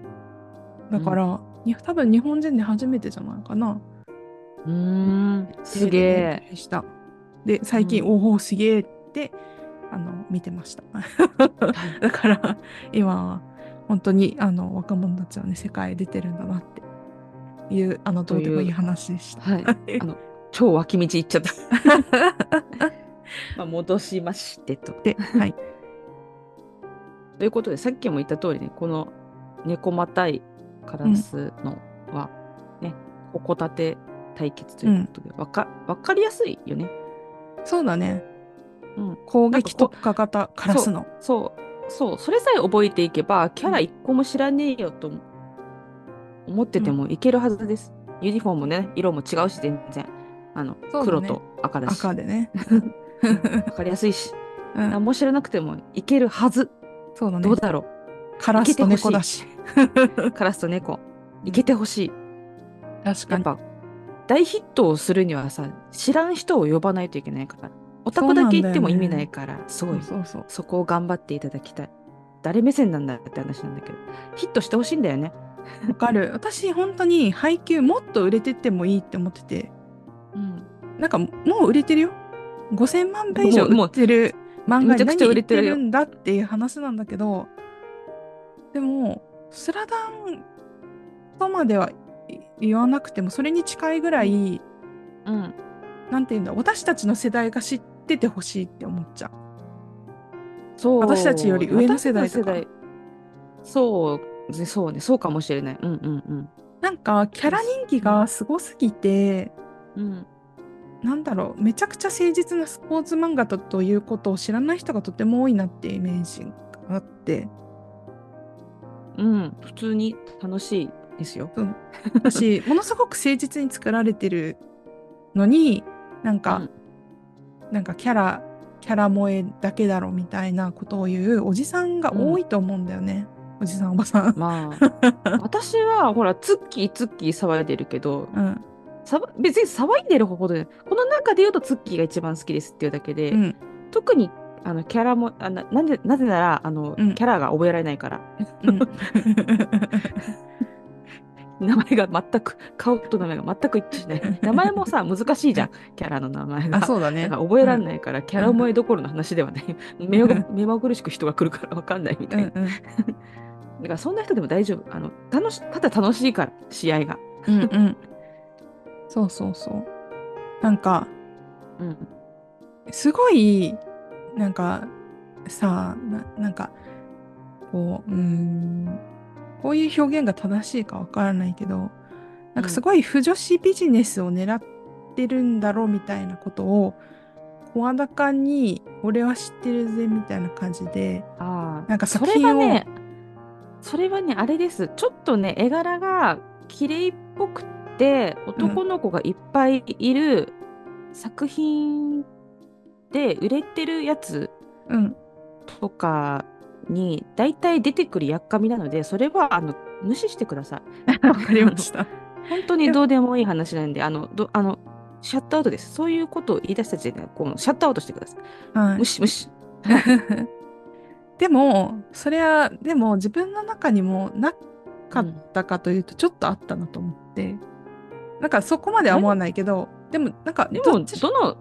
Speaker 1: だから、に多分日本人で初めてじゃないかな。
Speaker 2: うーん。すげ
Speaker 1: プ
Speaker 2: え。
Speaker 1: レーしたで最近、
Speaker 2: うん
Speaker 1: おおすげえってあの見てま した。だから今は本当にあの若者たちはね世界へ出てるんだなっていうあのどうでもいい話でした。
Speaker 2: はい。あの、超脇道行っちゃった。 まあ、戻しましてと。
Speaker 1: で、はい、
Speaker 2: ということで、さっきも言った通りね、この猫またいカラスのは、ね、ホコタテ対決ということで、わ、か、わかりやすいよね。
Speaker 1: そうだね
Speaker 2: うん。
Speaker 1: 攻撃特化型カラスの。
Speaker 2: そう、そう、それさえ覚えていけば、キャラ一個も知らねえよと思思っててもいけるはずです。ユニフォームね、色も違うし、全然。あの、
Speaker 1: そうだ
Speaker 2: 黒
Speaker 1: ね
Speaker 2: と赤だし。
Speaker 1: 赤でね。
Speaker 2: わかりやすいし、
Speaker 1: うん
Speaker 2: 何も知らなくてもいけるはず。
Speaker 1: そうだね
Speaker 2: どう。だろ
Speaker 1: カラスと猫だし。
Speaker 2: う。カラスと猫。いけてほしい。
Speaker 1: 確
Speaker 2: やっ。ぱ、大ヒットをするにはさ、知らん人を呼ばないといけないから。オタ
Speaker 1: そ
Speaker 2: ク
Speaker 1: うなん
Speaker 2: だ
Speaker 1: だよね
Speaker 2: け言っても意味ないから、す
Speaker 1: そ。
Speaker 2: ごいう
Speaker 1: そうそう。
Speaker 2: そこを頑張っていただきたい。誰目線なんだって話なんだけど、ヒットしてほしいんだよね。
Speaker 1: わかる。私、本当に配給もっと売れてってもいいって思ってて、
Speaker 2: うん。
Speaker 1: なんかもう売れてるよ。5000万部以上
Speaker 2: もう
Speaker 1: 売ってる漫画
Speaker 2: めち
Speaker 1: に
Speaker 2: ゃく
Speaker 1: 何
Speaker 2: ちゃ売
Speaker 1: 売
Speaker 2: れ
Speaker 1: れ
Speaker 2: て
Speaker 1: て
Speaker 2: るよ
Speaker 1: るんだっていう話なんだけど、でも、スラダンとまではい言わなくても、それに近いぐらい、
Speaker 2: うん。
Speaker 1: なんていうんだ、私たちの世代が知っててほしいって思っちゃう。
Speaker 2: そう。
Speaker 1: 私たちより上の世代
Speaker 2: 私たちの
Speaker 1: とか
Speaker 2: 世代そうね、そうね、そうかもしれない。うんうん
Speaker 1: なんか、キャラ人気がすごすぎて、
Speaker 2: うん。うん。
Speaker 1: なんだろう、めちゃくちゃ誠実なスポーツ漫画だということを知らない人がとても多いなっていうイメージがあって、
Speaker 2: うん。普通に楽しいですよ。
Speaker 1: 私、ものすごく誠実に作られてるのに、なんか、
Speaker 2: うん
Speaker 1: なんかキャラ、キャラ萌えだけだろみたいなことを言うおじさんが多いと思うんだよね。おじさん、おばさん。
Speaker 2: ま あ、私はほら、ツッキーツッキー騒いでるけど、
Speaker 1: うん。
Speaker 2: さば別に騒いでるほどじゃないこの中で言うとツッキーが一番好きですっていうだけで、
Speaker 1: うん。
Speaker 2: 特にあのキャラもあななんでなぜならあの、
Speaker 1: うん
Speaker 2: キャラが覚えられないから
Speaker 1: うん。
Speaker 2: 名前が全く顔と名前が全く一致しない 名前もさ難しいじゃんキャラの名前が
Speaker 1: あ、そうだね。
Speaker 2: だから覚えられないから、キャラ思いどころの話ではない目ま目まぐるしく人が来るから分かんないみた
Speaker 1: う
Speaker 2: い
Speaker 1: ん
Speaker 2: な、
Speaker 1: うん。
Speaker 2: だからそんな人でも大丈夫あの楽しただ楽しいから試合が、
Speaker 1: うんうん。そうそうそう。なんか、
Speaker 2: うん、
Speaker 1: すごいなんかさななんかこううーんこういう表現が正しいかわからないけどなんかすごい不女子ビジネスを狙ってるんだろうみたいなことを声高に「俺は知ってるぜ」みたいな感じで
Speaker 2: あ
Speaker 1: なんか
Speaker 2: そ
Speaker 1: 作
Speaker 2: れは
Speaker 1: 品を、
Speaker 2: ねそれはねあれですちょっとね絵柄が綺麗っぽくて男の子がいっぱいいる作品で売れてるやつ
Speaker 1: うん、
Speaker 2: とかに大体出てくるやっかみなのでそれはあの無視してくださ
Speaker 1: わかりました。
Speaker 2: い本当にどうでもいい話なんであのどあのシャットアウトですそういうことを言い出した時点でこうシャットアウトしてください
Speaker 1: はい
Speaker 2: 無、視無視
Speaker 1: でもそれはでも自分の中にもなかったかというとちょっとあったなと思って、なんかそこまでは思わないけどでもなんか
Speaker 2: でも
Speaker 1: どっち
Speaker 2: どの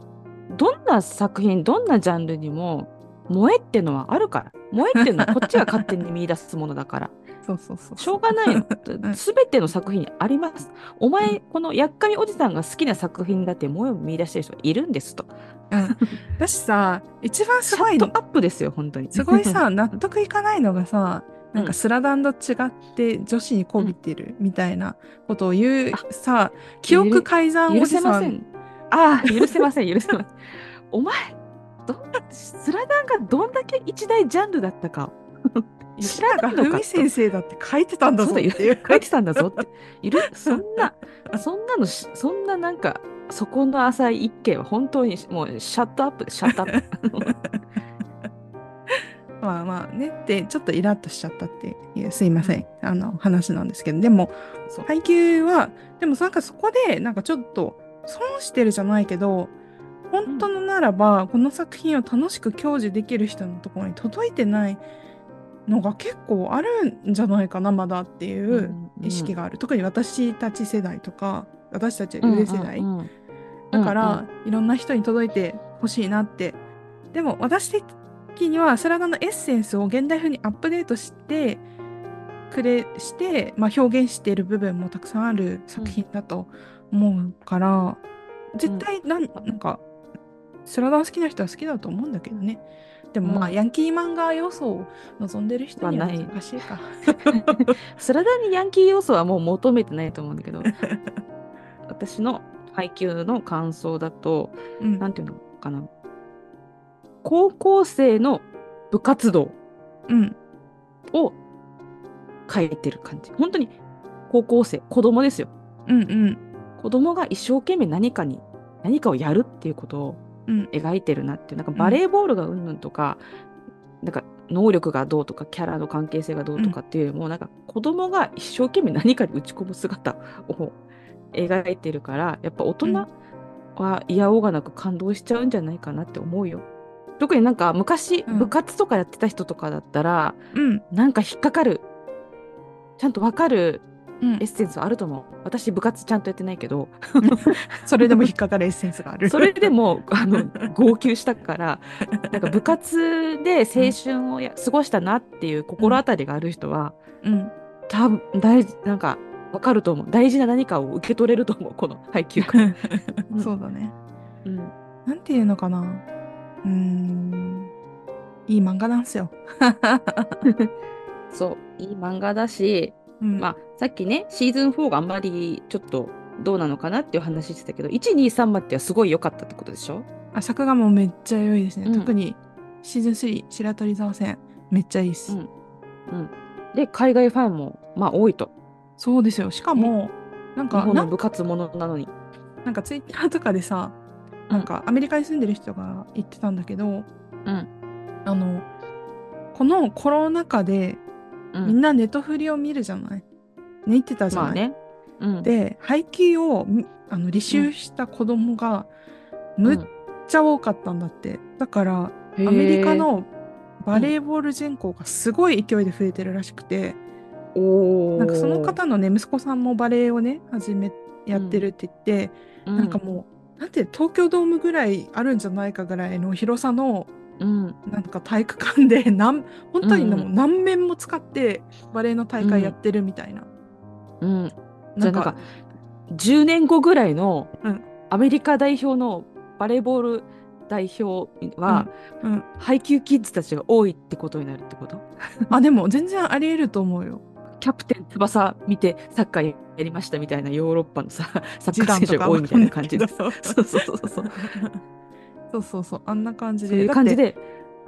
Speaker 2: どんな作品どんなジャンルにも萌えってのはあるから萌えってのはこっちが勝手に見出すものだ から
Speaker 1: そうそうそう
Speaker 2: しょうがないの
Speaker 1: ん
Speaker 2: 全ての作品にありますお前、このやっかみおじさんが好きな作品だって萌えを見出してる人いるんですと
Speaker 1: だしさ一番す
Speaker 2: シ
Speaker 1: ご
Speaker 2: ャ
Speaker 1: い
Speaker 2: ットアップですよ本当に
Speaker 1: すごい さ納得いかないのがさなんかスラダンと違って女子に媚びてるみたいなことを言う、
Speaker 2: あ
Speaker 1: さ記憶改ざんお
Speaker 2: 許
Speaker 1: じ
Speaker 2: せ
Speaker 1: さ
Speaker 2: ま
Speaker 1: ん
Speaker 2: せんああ許せません許せませんお前どスラダンがどんだけ一大ジャンルだったかを 知らな
Speaker 1: ないん
Speaker 2: の
Speaker 1: か
Speaker 2: か
Speaker 1: ふ
Speaker 2: と
Speaker 1: み先生だって書いてたんだぞ
Speaker 2: そ
Speaker 1: っ
Speaker 2: うだ
Speaker 1: て
Speaker 2: よ
Speaker 1: いう
Speaker 2: 書いてたんだぞって。いるそんな、そんなのし、そんななんか、そこの浅い一件は本当にもうシャットアップでシャットア ップ。
Speaker 1: まあまあねってちょっとイラッとしちゃったっていうすいませんあの話なんですけどでも
Speaker 2: そう
Speaker 1: 配給はでもなんかそこでなんかちょっと損してるじゃないけど本当のならば、この作品を楽しく享受できる人のところに届いてないのが結構あるんじゃないかなまだっていう意識
Speaker 2: が
Speaker 1: がある、特に私たち世代とか私たち上世代、だから、いろんな人に届いてほしいなってでも私的にはスラガのエッセンスを現代風にアップデートしてくれして、まあ、表現している部分もたくさんある作品だと思うから、絶対なんなんかスラダン好きな人は好きだと思うんだけどねでもまあ、
Speaker 2: うん
Speaker 1: ヤンキー漫画要素を望んでる人には
Speaker 2: まあない
Speaker 1: 難しいか。
Speaker 2: スラダンにヤンキー要素はもう求めてないと思うんだけど私の配給の感想だと
Speaker 1: うん
Speaker 2: なんていうのかな高校生の部活動
Speaker 1: うん
Speaker 2: を書いてる感じ本当に高校生子供ですよ
Speaker 1: うんうん
Speaker 2: 子供が一生懸命何かに何かをやるっていうことを
Speaker 1: うん
Speaker 2: 描いてるなっていうなんかバレーボールがうんぬんとか、なんか能力がどうとかキャラの関係性がどうとかっていうよりも、なんか子供が一生懸命何かに打ち込む姿を描いてるからやっぱ大
Speaker 1: うん
Speaker 2: 人は嫌おうがなく感動しちゃうんじゃないかなって思うよ。特になんか昔
Speaker 1: うん
Speaker 2: 部活とかやってた人とかだったら、
Speaker 1: うん
Speaker 2: なんか引っかかるちゃんとわかる
Speaker 1: うん
Speaker 2: エッセンスはあると思う私部活ちゃんとやってないけど
Speaker 1: それでも引っかかるエッセンスがある。
Speaker 2: それでもあの号泣したからなんか部活で青春をや過ごしたなっていう心当たりがある人は
Speaker 1: うん
Speaker 2: 多分大事なんかわかると思う大事な何かを受け取れると思うこの配給から、うん
Speaker 1: そうだね。
Speaker 2: うん、
Speaker 1: なんていうのかな。うーん。いい漫画なんすよ。
Speaker 2: そういい漫画だし、
Speaker 1: うん、
Speaker 2: まあ、さっきねシーズン4があんまりちょっとどうなのかなっていう話してたけど123まではすごい良かったってことでしょ
Speaker 1: あ作画もめっちゃ良いですね。
Speaker 2: うん
Speaker 1: 特にシーズン3白鳥沢戦めっちゃいいです。
Speaker 2: うんで海外ファンもまあ多いと
Speaker 1: そうですよ。しかもなん
Speaker 2: 日
Speaker 1: か
Speaker 2: 本
Speaker 1: な
Speaker 2: の部活ものなのに
Speaker 1: なんかツイッターとかでさ、なんかアメリカに住んでる人が言ってたんだけど、
Speaker 2: うん
Speaker 1: あのこのコロナ禍で
Speaker 2: う
Speaker 1: みんなネトフリを見るじゃない。ね言ってたじゃない。
Speaker 2: まあね、うん、
Speaker 1: で配給をみあの履修した子供がむっちゃ多かったんだって、だから
Speaker 2: へー
Speaker 1: アメリカのバレーボール人口がすごい勢いで増えてるらしくて、
Speaker 2: おー
Speaker 1: なんかその、方のね息子さんもバレーをね始めやってるって言って、
Speaker 2: う
Speaker 1: なんかもうなんて東京ドームぐらいあるんじゃないかぐらいの広さの
Speaker 2: うん
Speaker 1: なんか体育館で なん本当にも
Speaker 2: うん
Speaker 1: う
Speaker 2: う
Speaker 1: 何面も使ってバレーの大会やってるみたいな。
Speaker 2: うん、じゃ
Speaker 1: な
Speaker 2: あ
Speaker 1: ん
Speaker 2: なん
Speaker 1: か
Speaker 2: か10年後ぐらいの
Speaker 1: うん
Speaker 2: アメリカ代表のバレーボール代表は、
Speaker 1: うんうん
Speaker 2: 配給キッズたちが多いってことになるってこと
Speaker 1: あでも全然ありえると思うよ。
Speaker 2: キャプテン翼見てサッカーやりましたみたいなヨーロッパ のさサ
Speaker 1: 時
Speaker 2: ッカー選手が多いみたいな感じで
Speaker 1: そう
Speaker 2: そうそうそ うそうそう
Speaker 1: そうそうそうあんな感じ
Speaker 2: そ
Speaker 1: で
Speaker 2: ういう感じ
Speaker 1: だって
Speaker 2: で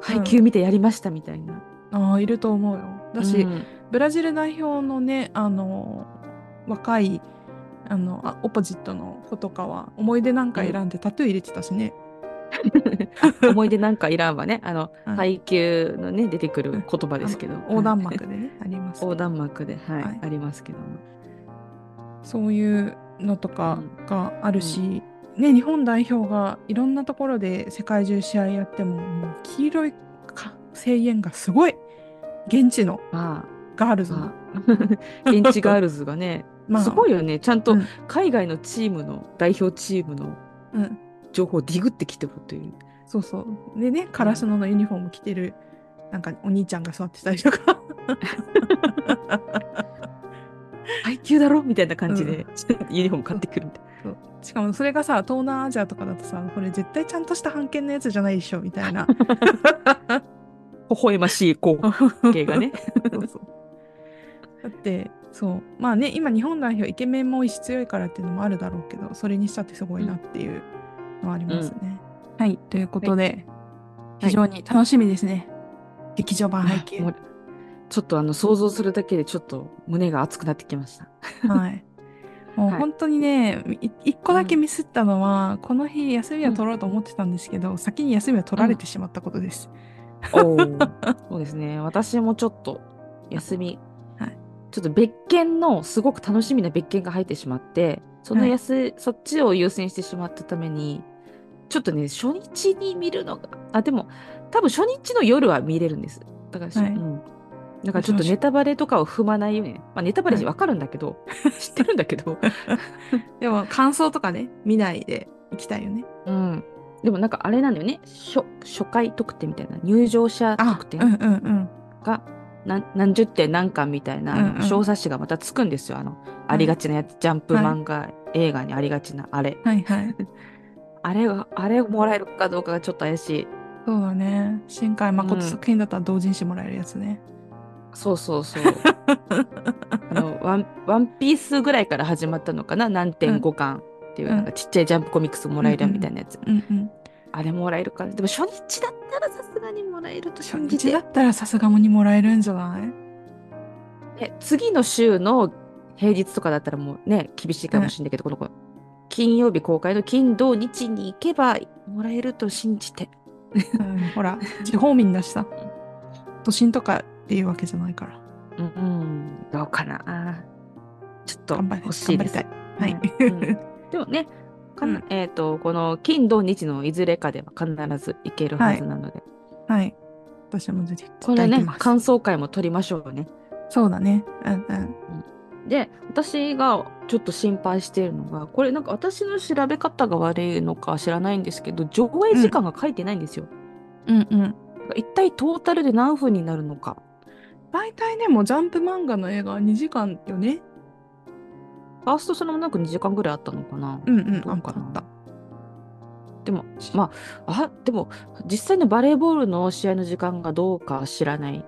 Speaker 2: 配給見てやりましたみたいな。
Speaker 1: あーいると思うよだし、
Speaker 2: うん
Speaker 1: ブラジル代表のねあの若いあのあオポジットの子とかは思い出なんか選んでタトゥー入れてたしね、
Speaker 2: 思い出なんかいらんわねあの、
Speaker 1: はい
Speaker 2: 配給のね出てくる言葉ですけど
Speaker 1: 横断幕でねあります
Speaker 2: 横断幕で、はい
Speaker 1: はい
Speaker 2: ありますけども。
Speaker 1: そういうのとかがあるし、ね日本代表がいろんなところで世界中試合やってももう黄色いか声援がすごい現地の
Speaker 2: ま
Speaker 1: ガール
Speaker 2: あ、
Speaker 1: ズの
Speaker 2: まあ、現地ガールズがね、
Speaker 1: まあ
Speaker 2: すごいよね。ちゃんと
Speaker 1: うん
Speaker 2: 海外のチームの、代表チームの
Speaker 1: うん
Speaker 2: 情報をディグってきてるという。
Speaker 1: そうそう。でね、カラスノのユニフォーム着てる、なんかお兄ちゃんが座ってたりとか。
Speaker 2: 配給だろみたいな感じ
Speaker 1: う
Speaker 2: で、 ユニフォーム買ってくるみたいな。
Speaker 1: しかもそれがさ、東南アジアとかだとさ、これ絶対ちゃんとした判権のやつじゃないでしょ、みたいな。
Speaker 2: 微笑ましい光景がね。
Speaker 1: そうそう。だって、そう。まあね、今日本代表イケメンも多いし強いからっていうのもあるだろうけど、それにしたってすごいなっていうのはありますね。はい、ということで、
Speaker 2: い
Speaker 1: 非常に楽しみですね。劇場版配 給
Speaker 2: もう。ちょっとあの想像するだけでちょっと胸が熱くなってきました。
Speaker 1: はい。もう
Speaker 2: はい
Speaker 1: 本当にね、い一個だけミスったのは、この日休みは取ろうと思ってたんですけど、先に休みは取られてしまったことです。
Speaker 2: おーそうです ね私もちょっと休み、
Speaker 1: はい
Speaker 2: ちょっと別件のすごく楽しみな別件が入ってしまってそ
Speaker 1: は
Speaker 2: の
Speaker 1: い
Speaker 2: やす、そっちを優先してしまったためにちょっとね、初日に見るのが、あ、でも、多分初日の夜は見れるんです。だからし、
Speaker 1: はい
Speaker 2: うん。だからちょっとネタバレとかを踏まないように、まあ、ネタバレわかるんだけど、 知ってるんだ けど、
Speaker 1: でも感想とかね、見ないでいきたいよね。
Speaker 2: うん。でもなんかあれなんだよね、初初回特典みたいな、入場者特典
Speaker 1: うんうんうん。
Speaker 2: が何何十点何巻みたいなあの
Speaker 1: うんうん
Speaker 2: 小冊子がまたつくんですよ、あのありがちなやつ、ジャンプ漫画、映画にありがちなあれ
Speaker 1: はい はい。
Speaker 2: あれがあれをもらえるかどうかがちょっと怪しい
Speaker 1: そうだね。新海誠
Speaker 2: うん
Speaker 1: 作品だったら同人誌もらえるやつね。
Speaker 2: そうそ うそうあのワン「ワンピースぐらいから始まったのかな何点5巻っていう、
Speaker 1: うん
Speaker 2: なんかちっちゃいジャンプコミックスもらえるみたいなやつ、
Speaker 1: うんうん。
Speaker 2: あれもらえるかでも初日だったらさすがにもらえると
Speaker 1: 初
Speaker 2: 信じ
Speaker 1: 日
Speaker 2: て
Speaker 1: だったらさすがにもらえるんじゃない
Speaker 2: ね、次の週の平日とかだったらもうね厳しいかもしれないけど、この子金曜日公開の金土日に行けばもらえると信じて
Speaker 1: うん、ほら、地方民だしさ。都心とかっていうわけじゃないから。
Speaker 2: うん、うんどうかなちょっと
Speaker 1: 頑張り
Speaker 2: 欲しいです
Speaker 1: 頑張りたい。
Speaker 2: うん
Speaker 1: はい。
Speaker 2: でもねか
Speaker 1: う
Speaker 2: な
Speaker 1: ん
Speaker 2: えっ、とこの金土日のいずれかでは必ず行けるはずなので、
Speaker 1: はい。私も出てき
Speaker 2: このね
Speaker 1: ます。
Speaker 2: 感想会も取りましょうね
Speaker 1: そうだね。うんうん。
Speaker 2: で私がちょっと心配しているのがこれなんか私の調べ方が悪いのか知らないんですけど上映時間が書いてないんですよ、
Speaker 1: うんうん。
Speaker 2: 一体トータルで何分になるのか
Speaker 1: 大体でもジャンプ漫画の映画は2時間よね。
Speaker 2: ファーストそのもなく2時間ぐらいあったのかな、
Speaker 1: うんうん。
Speaker 2: ど
Speaker 1: な
Speaker 2: うんか
Speaker 1: か
Speaker 2: な
Speaker 1: だった。
Speaker 2: でもまああでも実際のバレーボールの試合の時間がどうかは知らない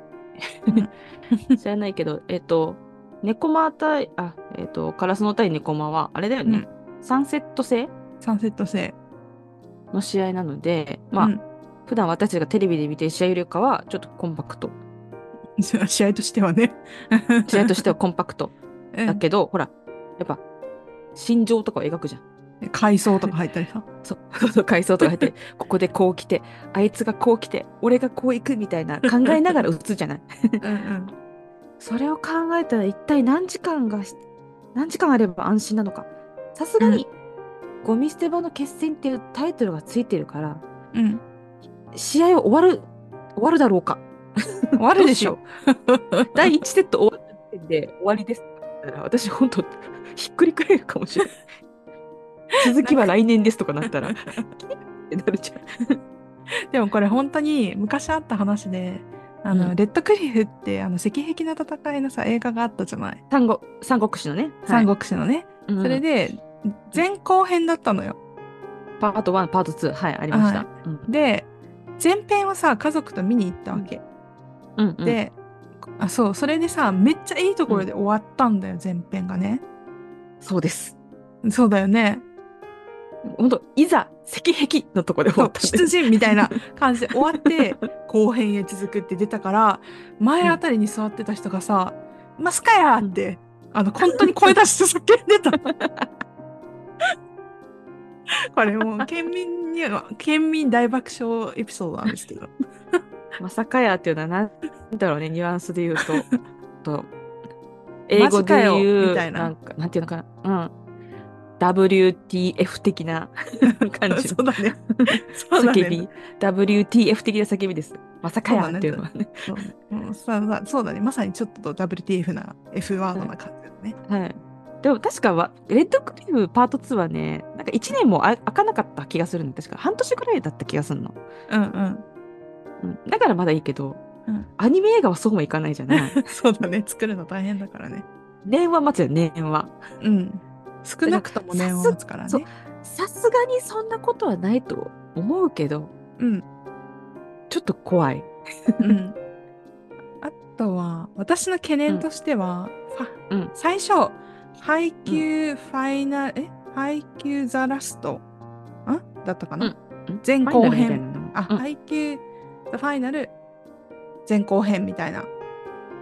Speaker 2: 知らないけどえっと猫マ対あえっとカラスの対猫マはあれだよね、サンセット制
Speaker 1: サンセット制。
Speaker 2: の試合なのでまあ、
Speaker 1: うん
Speaker 2: 普段私たちがテレビで見てる試合よりかはちょっとコンパクト
Speaker 1: 試合としてはね。
Speaker 2: 試合としてはコンパクトだけど、ほらやっぱ心情とかを描くじゃん
Speaker 1: うん階層とか入ったりさ。
Speaker 2: そうそう階層とか入ってここでこう来てあいつがこう来て俺がこう行くみたいな考えながら打つじゃない
Speaker 1: うんうん。
Speaker 2: それを考えたら一体何時間がし何時間あれば安心なのかさすがに、ゴミ捨て場の決戦」っていうタイトルがついてるから
Speaker 1: うん。
Speaker 2: 試合は終わる終わるだろうか
Speaker 1: 終わるでしょ。
Speaker 2: 第1セット終わった時点で終わりですって言ったら私本当ひっくり返るかもしれ ない続きは来年ですとかな ったらってなるじゃん
Speaker 1: でもこれ本当に昔あった話で、あの、
Speaker 2: うん
Speaker 1: レッドクリフってあの、石壁の戦いのさ、映画があったじゃない。
Speaker 2: 三国三国志のね、
Speaker 1: 三国志のね。
Speaker 2: うん
Speaker 1: それで、前後編だったのよ。
Speaker 2: パート1パート2はいありました、
Speaker 1: はい
Speaker 2: うん
Speaker 1: で、前編をさ、家族と見に行ったわけ。
Speaker 2: うんうん、
Speaker 1: で、あ、そう、それでさ、めっちゃいいところで終わったんだよ、前編がね。
Speaker 2: そうです
Speaker 1: そうだよね。
Speaker 2: 本当いざ石壁のとこで終
Speaker 1: そ
Speaker 2: わっ
Speaker 1: う
Speaker 2: たん
Speaker 1: 出陣みた いな感じで終わって、後編へ続くって出たから、前あたりに座ってた人がさ、マスカやーって、あの、本当に声出して叫んでた。 これもう、県民には、県民大爆笑エピソードなんですけど。
Speaker 2: まさかやっていうのはなんだろうねニュアンスで 言うとと英
Speaker 1: マ
Speaker 2: 語で
Speaker 1: ジか
Speaker 2: 言
Speaker 1: よ
Speaker 2: う
Speaker 1: みたいなん
Speaker 2: かなんていうのかなうん WTF 的な 感じ
Speaker 1: そう
Speaker 2: の
Speaker 1: だね。そうだ
Speaker 2: 叫び、
Speaker 1: ね。
Speaker 2: WTF 的な叫びですまさかやっていうのはね
Speaker 1: そううんそうだそうだね。まさにちょっと WTF な F ワードな感じだね。
Speaker 2: はいでも確かはレッドクリームパート2はねなんか1年もあ開かなかった気がするの確か半年くらいだった気がするの
Speaker 1: うんうん。
Speaker 2: うんだからまだいいけど、
Speaker 1: うん
Speaker 2: アニメ映画はそうもいかないじゃ ない。
Speaker 1: そうだね。作るの大変だからね。
Speaker 2: 年は待つよ、年は。
Speaker 1: うん。少なくとも年を持つから
Speaker 2: そう
Speaker 1: ね。
Speaker 2: さすがにそんなことはないと思うけど、
Speaker 1: うん。
Speaker 2: ちょっと怖い。
Speaker 1: うん。 あとは、私の懸念としては、ファ
Speaker 2: うん
Speaker 1: 最初、配給ファイナル、え配給ザラストんだったかな、
Speaker 2: うん
Speaker 1: 前後編。あ、
Speaker 2: あ、うん
Speaker 1: 配給ザファイナル前後編みたいな。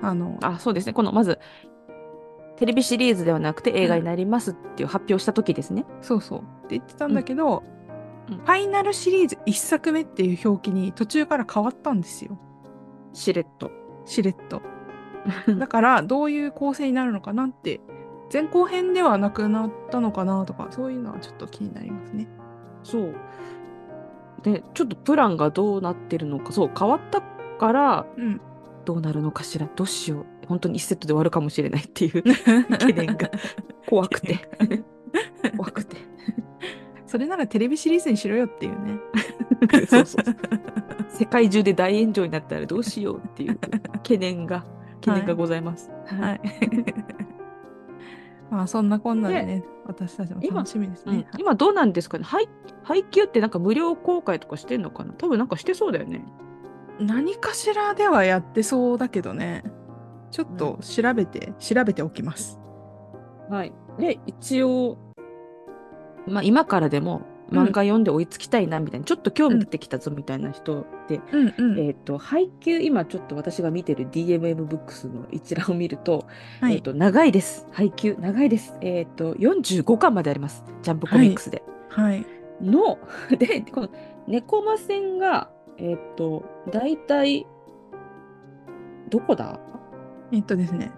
Speaker 1: あの、
Speaker 2: あ、そうですね。この、まず、テレビシリーズではなくて映画になりますっていう発表した時ですね。
Speaker 1: そうそう。って言ってたんだけど、
Speaker 2: うんうん
Speaker 1: ファイナルシリーズ1作目っていう表記に途中から変わったんですよ。
Speaker 2: しれっと。
Speaker 1: しれっ と。だからどういう構成になるのかなって前後編ではなくなったのかなとかそういうのはちょっと気になりますね。
Speaker 2: そう。でちょっとプランがどうなってるのかそう変わったから
Speaker 1: うん。
Speaker 2: どうなるのかしらどうしよう本当に1セットで終わるかもしれないっていう懸念が怖くて怖くて
Speaker 1: それならテレビシリーズにしろよっていうね。
Speaker 2: そうそうそう世界中で大炎上になったらどうしようっていう懸念が懸念がございます、
Speaker 1: はいまあそんなこんなでね、私たちも
Speaker 2: 今
Speaker 1: 楽しみです
Speaker 2: うん
Speaker 1: ね。
Speaker 2: 今どうなんですかね配配給ってなんか無料公開とかしてんのかな多分なんかしてそうだよね
Speaker 1: 何かしらではやってそうだけどね。ちょっと調べて、調べておきます。
Speaker 2: はい、で一応、まあ、今からでも
Speaker 1: うん
Speaker 2: 漫画読んで追いつきたいなみたいな、ちょっと興味出てきたぞみたいな人で、
Speaker 1: うんう
Speaker 2: えっ、と配給今ちょっと私が見てる DMM ブックスの一覧を見ると,、
Speaker 1: は
Speaker 2: えっ
Speaker 1: い。
Speaker 2: と長いです配給長いです、えっと45巻までありますジャンプコミックスで。
Speaker 1: はい。
Speaker 2: の でこの猫魔戦がえっ、と大体どこだ
Speaker 1: えっとですね、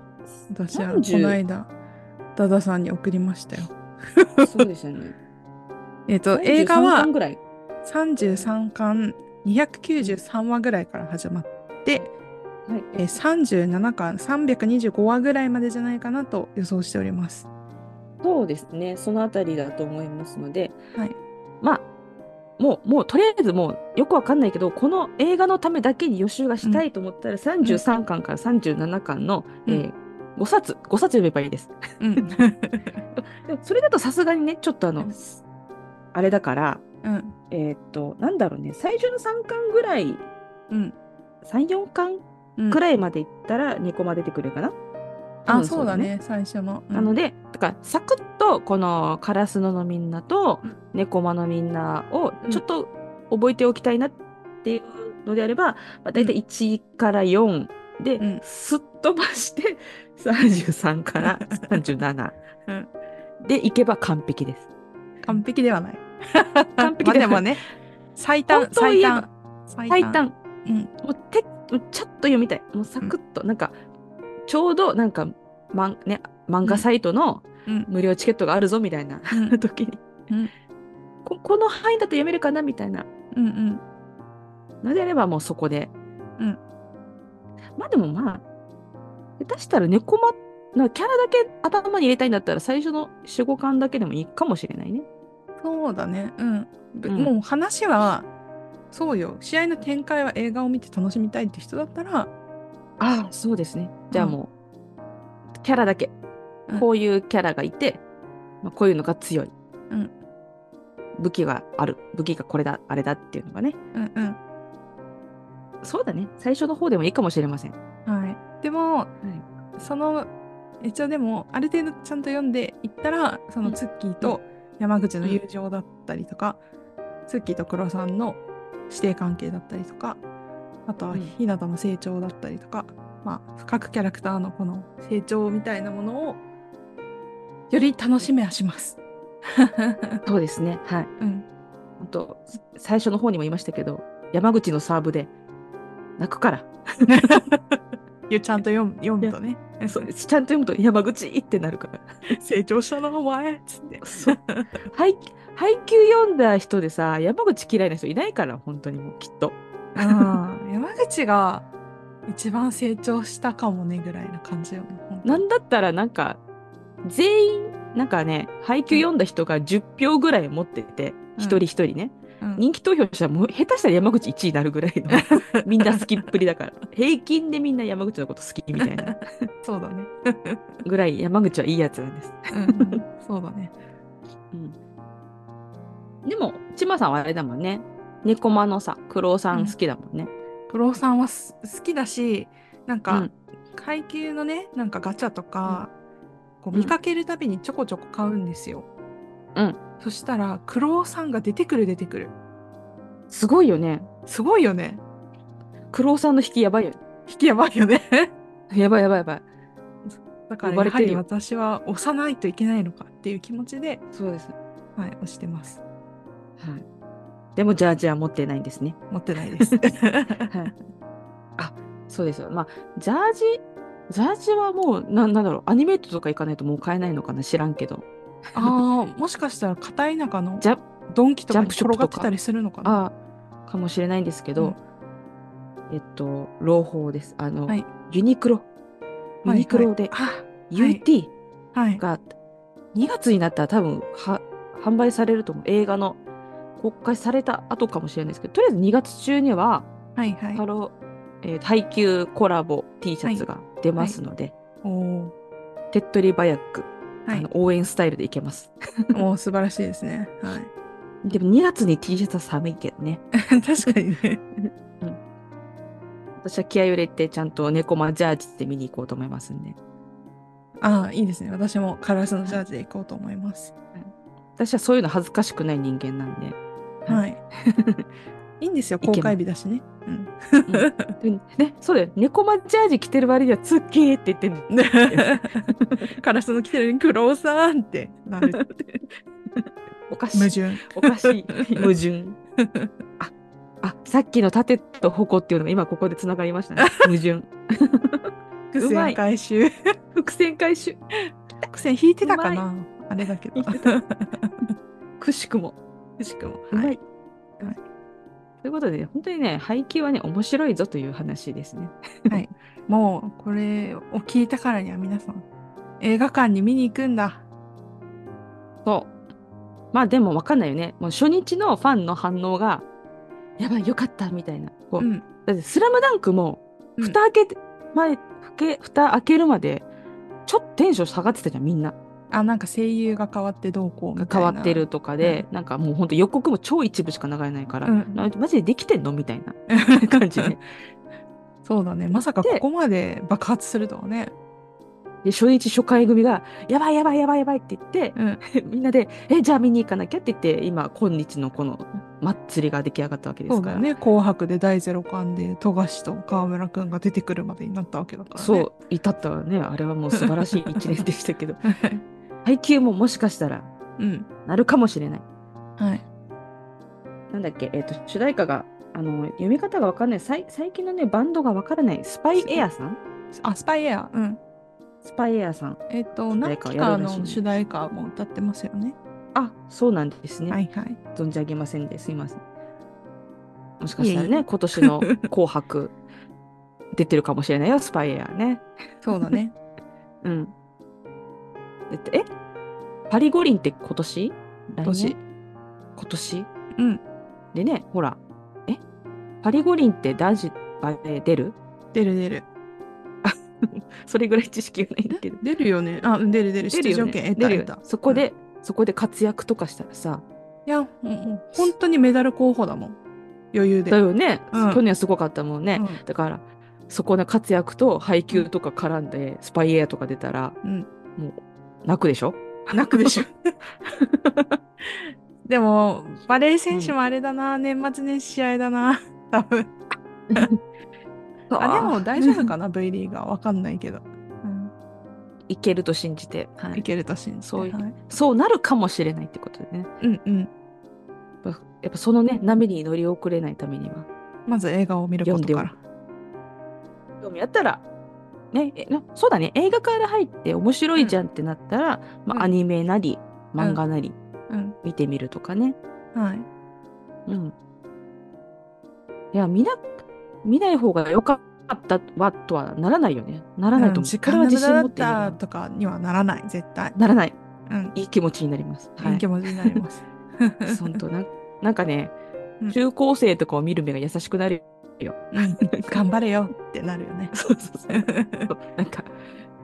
Speaker 1: 私はこ
Speaker 2: 30
Speaker 1: の間、ダダさんに送りましたよ。
Speaker 2: そうですよね。
Speaker 1: えっと、 映画
Speaker 2: 43
Speaker 1: は
Speaker 2: 巻ぐらい
Speaker 1: 33巻、293話ぐらいから始まって、
Speaker 2: はい
Speaker 1: えー37巻、325話ぐらいまでじゃないかなと予想しております。
Speaker 2: そうですね、そのあたりだと思いますので、
Speaker 1: はい。
Speaker 2: まあ、もう、もうとりあえずもうよくわかんないけど、この映画のためだけに予習がしたいと思ったら、33巻から37巻の、
Speaker 1: うん
Speaker 2: えー5冊、5冊読めばいいです。
Speaker 1: うん。
Speaker 2: でもそれだとさすがにね、ちょっとあの、あれだから、
Speaker 1: うん。
Speaker 2: えーっと、なんだろうね、最初の3巻ぐらい、
Speaker 1: うん。
Speaker 2: 3、4巻
Speaker 1: うん
Speaker 2: くらいまでいったら、2コマ出てくるかな。多
Speaker 1: あ、
Speaker 2: 分
Speaker 1: そうだ。ね、最初の。うん
Speaker 2: なので、だからサクッとこのカラスののみんなと
Speaker 1: うん
Speaker 2: 猫マのみんなを
Speaker 1: うん
Speaker 2: ちょっと覚えておきたいなっていうのであれば、まあ、大体1から4で
Speaker 1: うん
Speaker 2: すっ飛ばして33から37
Speaker 1: うん
Speaker 2: でいけば完璧です。
Speaker 1: 完璧ではない。
Speaker 2: 完璧で
Speaker 1: まあで
Speaker 2: はない
Speaker 1: もね、最短、
Speaker 2: 本当を
Speaker 1: 最
Speaker 2: 言えば
Speaker 1: 短。最
Speaker 2: 最。短
Speaker 1: うん。
Speaker 2: もうてもうちょっと読みたいもうサクッと、なんかちょうどなんか、まんね、漫画サイトの
Speaker 1: うん
Speaker 2: 無料チケットがあるぞみたいな。
Speaker 1: うん
Speaker 2: 時に、
Speaker 1: うん
Speaker 2: ここの範囲だと読めるかなみたいな
Speaker 1: うんうん。
Speaker 2: のであればもうそこで、
Speaker 1: うん
Speaker 2: まあでもまあ下手したら猫まなんかキャラだけ頭に入れたいんだったら最初の45巻だけでもいいかもしれないね
Speaker 1: そうだね。うん。ぶ
Speaker 2: うん
Speaker 1: もう話は、そうよ。試合の展開は映画を見て楽しみたいって人だったら、
Speaker 2: ああそうですねじゃあもう、キャラだけ
Speaker 1: うん
Speaker 2: こういうキャラがいて、まあ、こういうのが強い、
Speaker 1: うん
Speaker 2: 武器がある武器がこれだあれだっていうのがね
Speaker 1: うんうん。
Speaker 2: そうだね最初の方でもいいかもしれません、は
Speaker 1: はい。でも、
Speaker 2: い、
Speaker 1: その一応でもある程度ちゃんと読んでいったらそのツッキーと山口の友情だったりとか、ツッキーと黒さんの師弟関係だったりとかあとは
Speaker 2: うん
Speaker 1: 日向の成長だったりとか、まあ各キャラクターのこの成長みたいなものをより楽しめはします。
Speaker 2: そうですねはい
Speaker 1: うん、
Speaker 2: 本当最初の方にも言いましたけど山口のサーブで泣くから
Speaker 1: いやちゃんと読む読むとね
Speaker 2: そうですちゃんと読むと山口ってなる から
Speaker 1: 成長したなお前っつって。
Speaker 2: そう配配給読んだ人でさ山口嫌いな人いないから本当にもうきっと
Speaker 1: うん山口が一番成長したかもねぐらいな感じよね。本当に
Speaker 2: なんだったらなんか全員なんかね配給読んだ人が10票ぐらい持ってて
Speaker 1: うん
Speaker 2: 一人一人ね、
Speaker 1: うん
Speaker 2: 人気投票したらもう下手したら山口1位になるぐらい のみんな好きっぷりだから平均でみんな山口のこと好きみたいな
Speaker 1: そうだね。
Speaker 2: ぐらい山口はいいやつなんです
Speaker 1: うん、 そうだね。
Speaker 2: うんでも、ちまさんはあれだもんね。猫間のさ、クロさん好きだもんね。
Speaker 1: プロさんはす好きだし、なん
Speaker 2: う
Speaker 1: か
Speaker 2: ん、
Speaker 1: 階級のね、なんかガチャとか、こう
Speaker 2: うん
Speaker 1: 見かけるたびにちょこちょこ買うんですよ。
Speaker 2: うん。
Speaker 1: そしたら、クロウさんが出てくる出てくる。
Speaker 2: すごいよね。
Speaker 1: すごいよね。
Speaker 2: クロさんの引きやばいよね。
Speaker 1: 引きやばいよね。
Speaker 2: やばいやばいやばい。
Speaker 1: だから、や
Speaker 2: 呼ばれ
Speaker 1: は
Speaker 2: てる
Speaker 1: り
Speaker 2: よ
Speaker 1: 私は押さないといけないのかっていう気持ちで、
Speaker 2: そうです。は
Speaker 1: はい、押してます。
Speaker 2: い。でも、ジャージは持ってないんですね。
Speaker 1: 持ってない です。
Speaker 2: はい。あ、そうですよ。まあ、ジャージ、ジャージはもう、ななんだろう、アニメートとか行かないともう買えないのかな知らんけど。
Speaker 1: ああ、もしかしたら片田舎の
Speaker 2: ジャ
Speaker 1: ドンキとかに
Speaker 2: ジャンプショ
Speaker 1: 転
Speaker 2: ップ
Speaker 1: が
Speaker 2: と
Speaker 1: っ
Speaker 2: か
Speaker 1: てたりするのかな。
Speaker 2: あかもしれないんですけど、えっと、朗報です。あの、
Speaker 1: はい
Speaker 2: ユニクロ、
Speaker 1: いはい
Speaker 2: ユニクロで、
Speaker 1: い
Speaker 2: UT
Speaker 1: はい。
Speaker 2: が2月になったら多分は販売されると思う。映画の公開された後かもしれないですけど、とりあえず2月中には、
Speaker 1: はいはい
Speaker 2: ハ。ロー、えー耐久コラボ T シャツが出ますので、
Speaker 1: おお
Speaker 2: 手っ取り早く、
Speaker 1: は
Speaker 2: あ
Speaker 1: い
Speaker 2: の。応援スタイルでいけます。
Speaker 1: おお素晴らしいですね。はい。
Speaker 2: でも2月に T シャツは寒いけどね。
Speaker 1: 確かにね。
Speaker 2: 私は気合を入れてちゃんと猫マジャージで見に行こうと思いますんで。
Speaker 1: ああ、いいですね。私もカラスのジャージで行こうと思います。
Speaker 2: 私はそういうの恥ずかしくない人間なんで。はい
Speaker 1: はい。いいんですよ、
Speaker 2: いけま
Speaker 1: 公
Speaker 2: す
Speaker 1: 開日だしね。うん。
Speaker 2: うんね、そうだよ。猫マジャージ着てる割にはツッキーって言ってんの。
Speaker 1: カラスの来てるにクローサーってなるって
Speaker 2: おかし
Speaker 1: 矛
Speaker 2: い。
Speaker 1: 盾。
Speaker 2: おかしい。矛盾。あ、あ、さっきの盾と矛っていうのが今ここで繋がりましたね。矛盾。
Speaker 1: 伏
Speaker 2: うま
Speaker 1: 線
Speaker 2: い
Speaker 1: 回収。
Speaker 2: 伏線回収。
Speaker 1: 伏線引いてたかなあれだけど。
Speaker 2: 引いて くしくも。
Speaker 1: くしくも。
Speaker 2: うまい。
Speaker 1: はい。はい
Speaker 2: ということで、ね、本当にね、配給はね、面白いぞという話ですね。
Speaker 1: もう、これを聞いたからには皆さん、映画館に見に行くんだ。
Speaker 2: そう。まあでも分かんないよね。もう初日のファンの反応が、やばい、よかった、みたいな。こう
Speaker 1: うん。
Speaker 2: だって、スラムダンクも、
Speaker 1: うん
Speaker 2: 蓋開けて、前、ふけ、蓋開けるまで、ちょっとテンション下がってたじゃん、みんな。
Speaker 1: あ、なんか声優が変わってどうこうみたい
Speaker 2: 変わ
Speaker 1: な。
Speaker 2: ってるとかで、なんかもうほんと予告も超一部しか流れないから、
Speaker 1: うん
Speaker 2: なマジでできてんのみたいな 感じね。
Speaker 1: そうだね。まさかここまで爆発するとはね。
Speaker 2: で、初日初回組が、やばいやばいやばいやばいって言って、
Speaker 1: うん。
Speaker 2: みんなで、え、じゃあ見に行かなきゃって言って、今、今日のこの祭りが出来上がったわけで
Speaker 1: そ
Speaker 2: す
Speaker 1: う
Speaker 2: か
Speaker 1: だ
Speaker 2: ら。
Speaker 1: よね。紅白で第ゼロ巻で、富樫と川村くんが出てくるまでになったわけだからね。、
Speaker 2: そう、至ったわね。あれはもう素晴らしい一年でしたけ ど
Speaker 1: はい。
Speaker 2: 配給ももしかしたら
Speaker 1: うん。
Speaker 2: なるかもしれない。
Speaker 1: はい。
Speaker 2: なんだっけ、えっ、と、主題歌が、あの、読み方がわかんない、最最近のね、バンドがわからない、スパイエアさん
Speaker 1: あ、スパイエア。うん。
Speaker 2: スパイエアさん。
Speaker 1: えっ、と、
Speaker 2: 主題
Speaker 1: 何
Speaker 2: 歌
Speaker 1: 期
Speaker 2: をや
Speaker 1: か
Speaker 2: るらしい
Speaker 1: の
Speaker 2: ね
Speaker 1: 主題歌も歌ってますよね。
Speaker 2: あ、そうなんですね。
Speaker 1: はいはい。
Speaker 2: 存じ上げませんですいません。もしかしたら
Speaker 1: いえい
Speaker 2: ね、今年の紅白、出てるかもしれないよ、スパイエアね。
Speaker 1: そうだね。
Speaker 2: うん。だってえパリ五輪って今年
Speaker 1: 年
Speaker 2: 来年今年
Speaker 1: うん。
Speaker 2: でね、ほら、えパリ五輪って男子バレー出る
Speaker 1: 出る出る。
Speaker 2: それぐらい知識がないんだけど。
Speaker 1: 出るよね。あ、うん出る出る。
Speaker 2: 出
Speaker 1: 出
Speaker 2: るよ
Speaker 1: 場
Speaker 2: ね
Speaker 1: 権得
Speaker 2: 出
Speaker 1: た
Speaker 2: る
Speaker 1: 得
Speaker 2: よ
Speaker 1: た。
Speaker 2: そこで、そこで活躍とかしたらさ、
Speaker 1: いや、もうもう本当にメダル候補だもん。余裕で。
Speaker 2: だよね、
Speaker 1: うん
Speaker 2: 去年すごかったもんね。だから、そこの活躍と配給とか絡んで、スパイエアとか出たら、
Speaker 1: うん
Speaker 2: もう、泣くでしょ
Speaker 1: 泣くでしょ。 でも、バレー選手もあれだな。年末年始試合だな。多分。 あ、でも大丈夫かな ?V リーガー。わかんないけど。うん
Speaker 2: いけると信じて、はい
Speaker 1: いけると信じて。
Speaker 2: そういう
Speaker 1: はい
Speaker 2: そうなるかもしれないってことでね。
Speaker 1: うんうん。
Speaker 2: やっぱやっぱそのね、波に乗り遅れないためには、
Speaker 1: まず映画を見ることから。
Speaker 2: 興味あったら、ね、えなそうだね、映画から入って面白いじゃんってなったら、ま
Speaker 1: うん
Speaker 2: あ、アニメなり、漫画なり、
Speaker 1: うん。
Speaker 2: 見てみるとかね。
Speaker 1: はい。
Speaker 2: うん。いや、見な、見ない方が良かったわとはならないよね。ならないと
Speaker 1: うん
Speaker 2: 思う。
Speaker 1: 時
Speaker 2: これ
Speaker 1: 間
Speaker 2: は
Speaker 1: が無駄
Speaker 2: 自信
Speaker 1: だ
Speaker 2: 持
Speaker 1: っ
Speaker 2: って言える
Speaker 1: た
Speaker 2: な
Speaker 1: とかにはならない。絶対。
Speaker 2: ならない。
Speaker 1: うん。
Speaker 2: いい気持ちになります。はい
Speaker 1: い気持ちになります。
Speaker 2: 本当 ななんかね
Speaker 1: うん、
Speaker 2: 中高生とかを見る目が優しくなる。
Speaker 1: うん 頑張れよってなるよ ね。
Speaker 2: そうそうそう。なんか、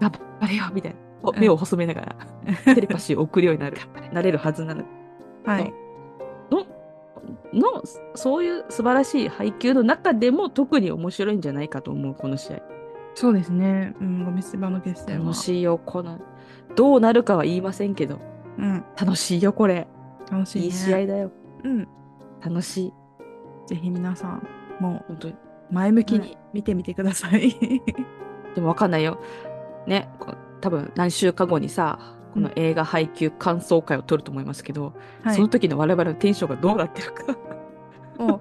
Speaker 2: 頑張れよみたいな。お目を細めなが ら、テレパシーを送るようになる。なれるはずなの。
Speaker 1: はい。
Speaker 2: の、の、そういう素晴らしい配球の中でも特に面白いんじゃないかと思う、この試合。
Speaker 1: そうですね。うん、ゴミ捨て場の決戦は。
Speaker 2: 楽しいよ、この。どうなるかは言いませんけど、
Speaker 1: うん、
Speaker 2: 楽しいよ、これ。
Speaker 1: 楽しい、ね。
Speaker 2: いい試合だよ。
Speaker 1: うん。
Speaker 2: 楽しい。
Speaker 1: ぜひ皆さん、も
Speaker 2: 本当に。
Speaker 1: う前向きに見てみてくださ い。
Speaker 2: でもわかんないよ。ね、こう多分何週か後にさ、この映画配給感想会を取ると思いますけど、
Speaker 1: はい
Speaker 2: その。時の我々のテンションがどうなってるか。
Speaker 1: も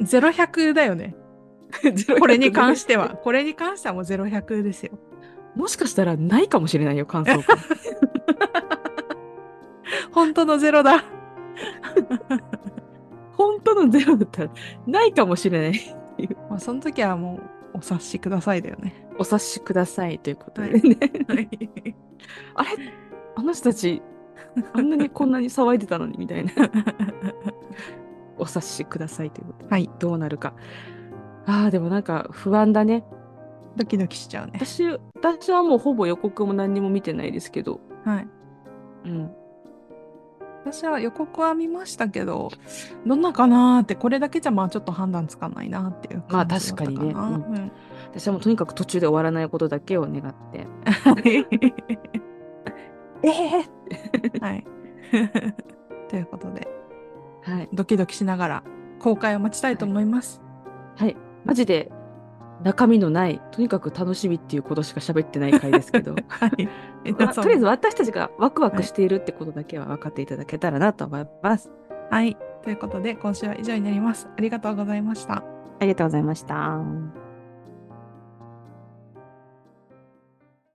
Speaker 1: う、ゼロ百だよ ね。これに関しては。これに関してはもうゼロ百ですよ。
Speaker 2: もしかしたらないかもしれないよ、感想会。
Speaker 1: 本当のゼロだ。
Speaker 2: 本当のゼロだったらないかもしれない。
Speaker 1: まあ、その時はもうお察しくださいだよね。
Speaker 2: お察しくださいということでね。 あれあの人たち、あんなにこんなに騒いでたのにみたいな。お察しくださいということで。
Speaker 1: はい。
Speaker 2: どうなるか。ああ、でもなんか不安だね。
Speaker 1: ドキドキしちゃうね。
Speaker 2: 私、私はもうほぼ予告も何にも見てないですけど。
Speaker 1: はい。
Speaker 2: うん。
Speaker 1: 私は予告は見ましたけど、どんなかなーって、これだけじゃまあちょっと判断つかないなっていう
Speaker 2: まあ
Speaker 1: 感じだったかな。
Speaker 2: 確かにね
Speaker 1: うん
Speaker 2: 私はもうとにかく途中で終わらないことだけを願って。
Speaker 1: え えはい。 ということで、
Speaker 2: はい。
Speaker 1: ドキドキしながら公開を待ちたいと思います。
Speaker 2: はい。マジで中身のない、とにかく楽しみっていうことしか喋ってない回ですけ ど。
Speaker 1: はい。
Speaker 2: まあとりあえず
Speaker 1: ず。
Speaker 2: 私たちがワクワクしているってことだけは分かっていただけたらなと思います。
Speaker 1: はい。ということで、今週は以上になります。ありがとうございました。
Speaker 2: ありがとうございました。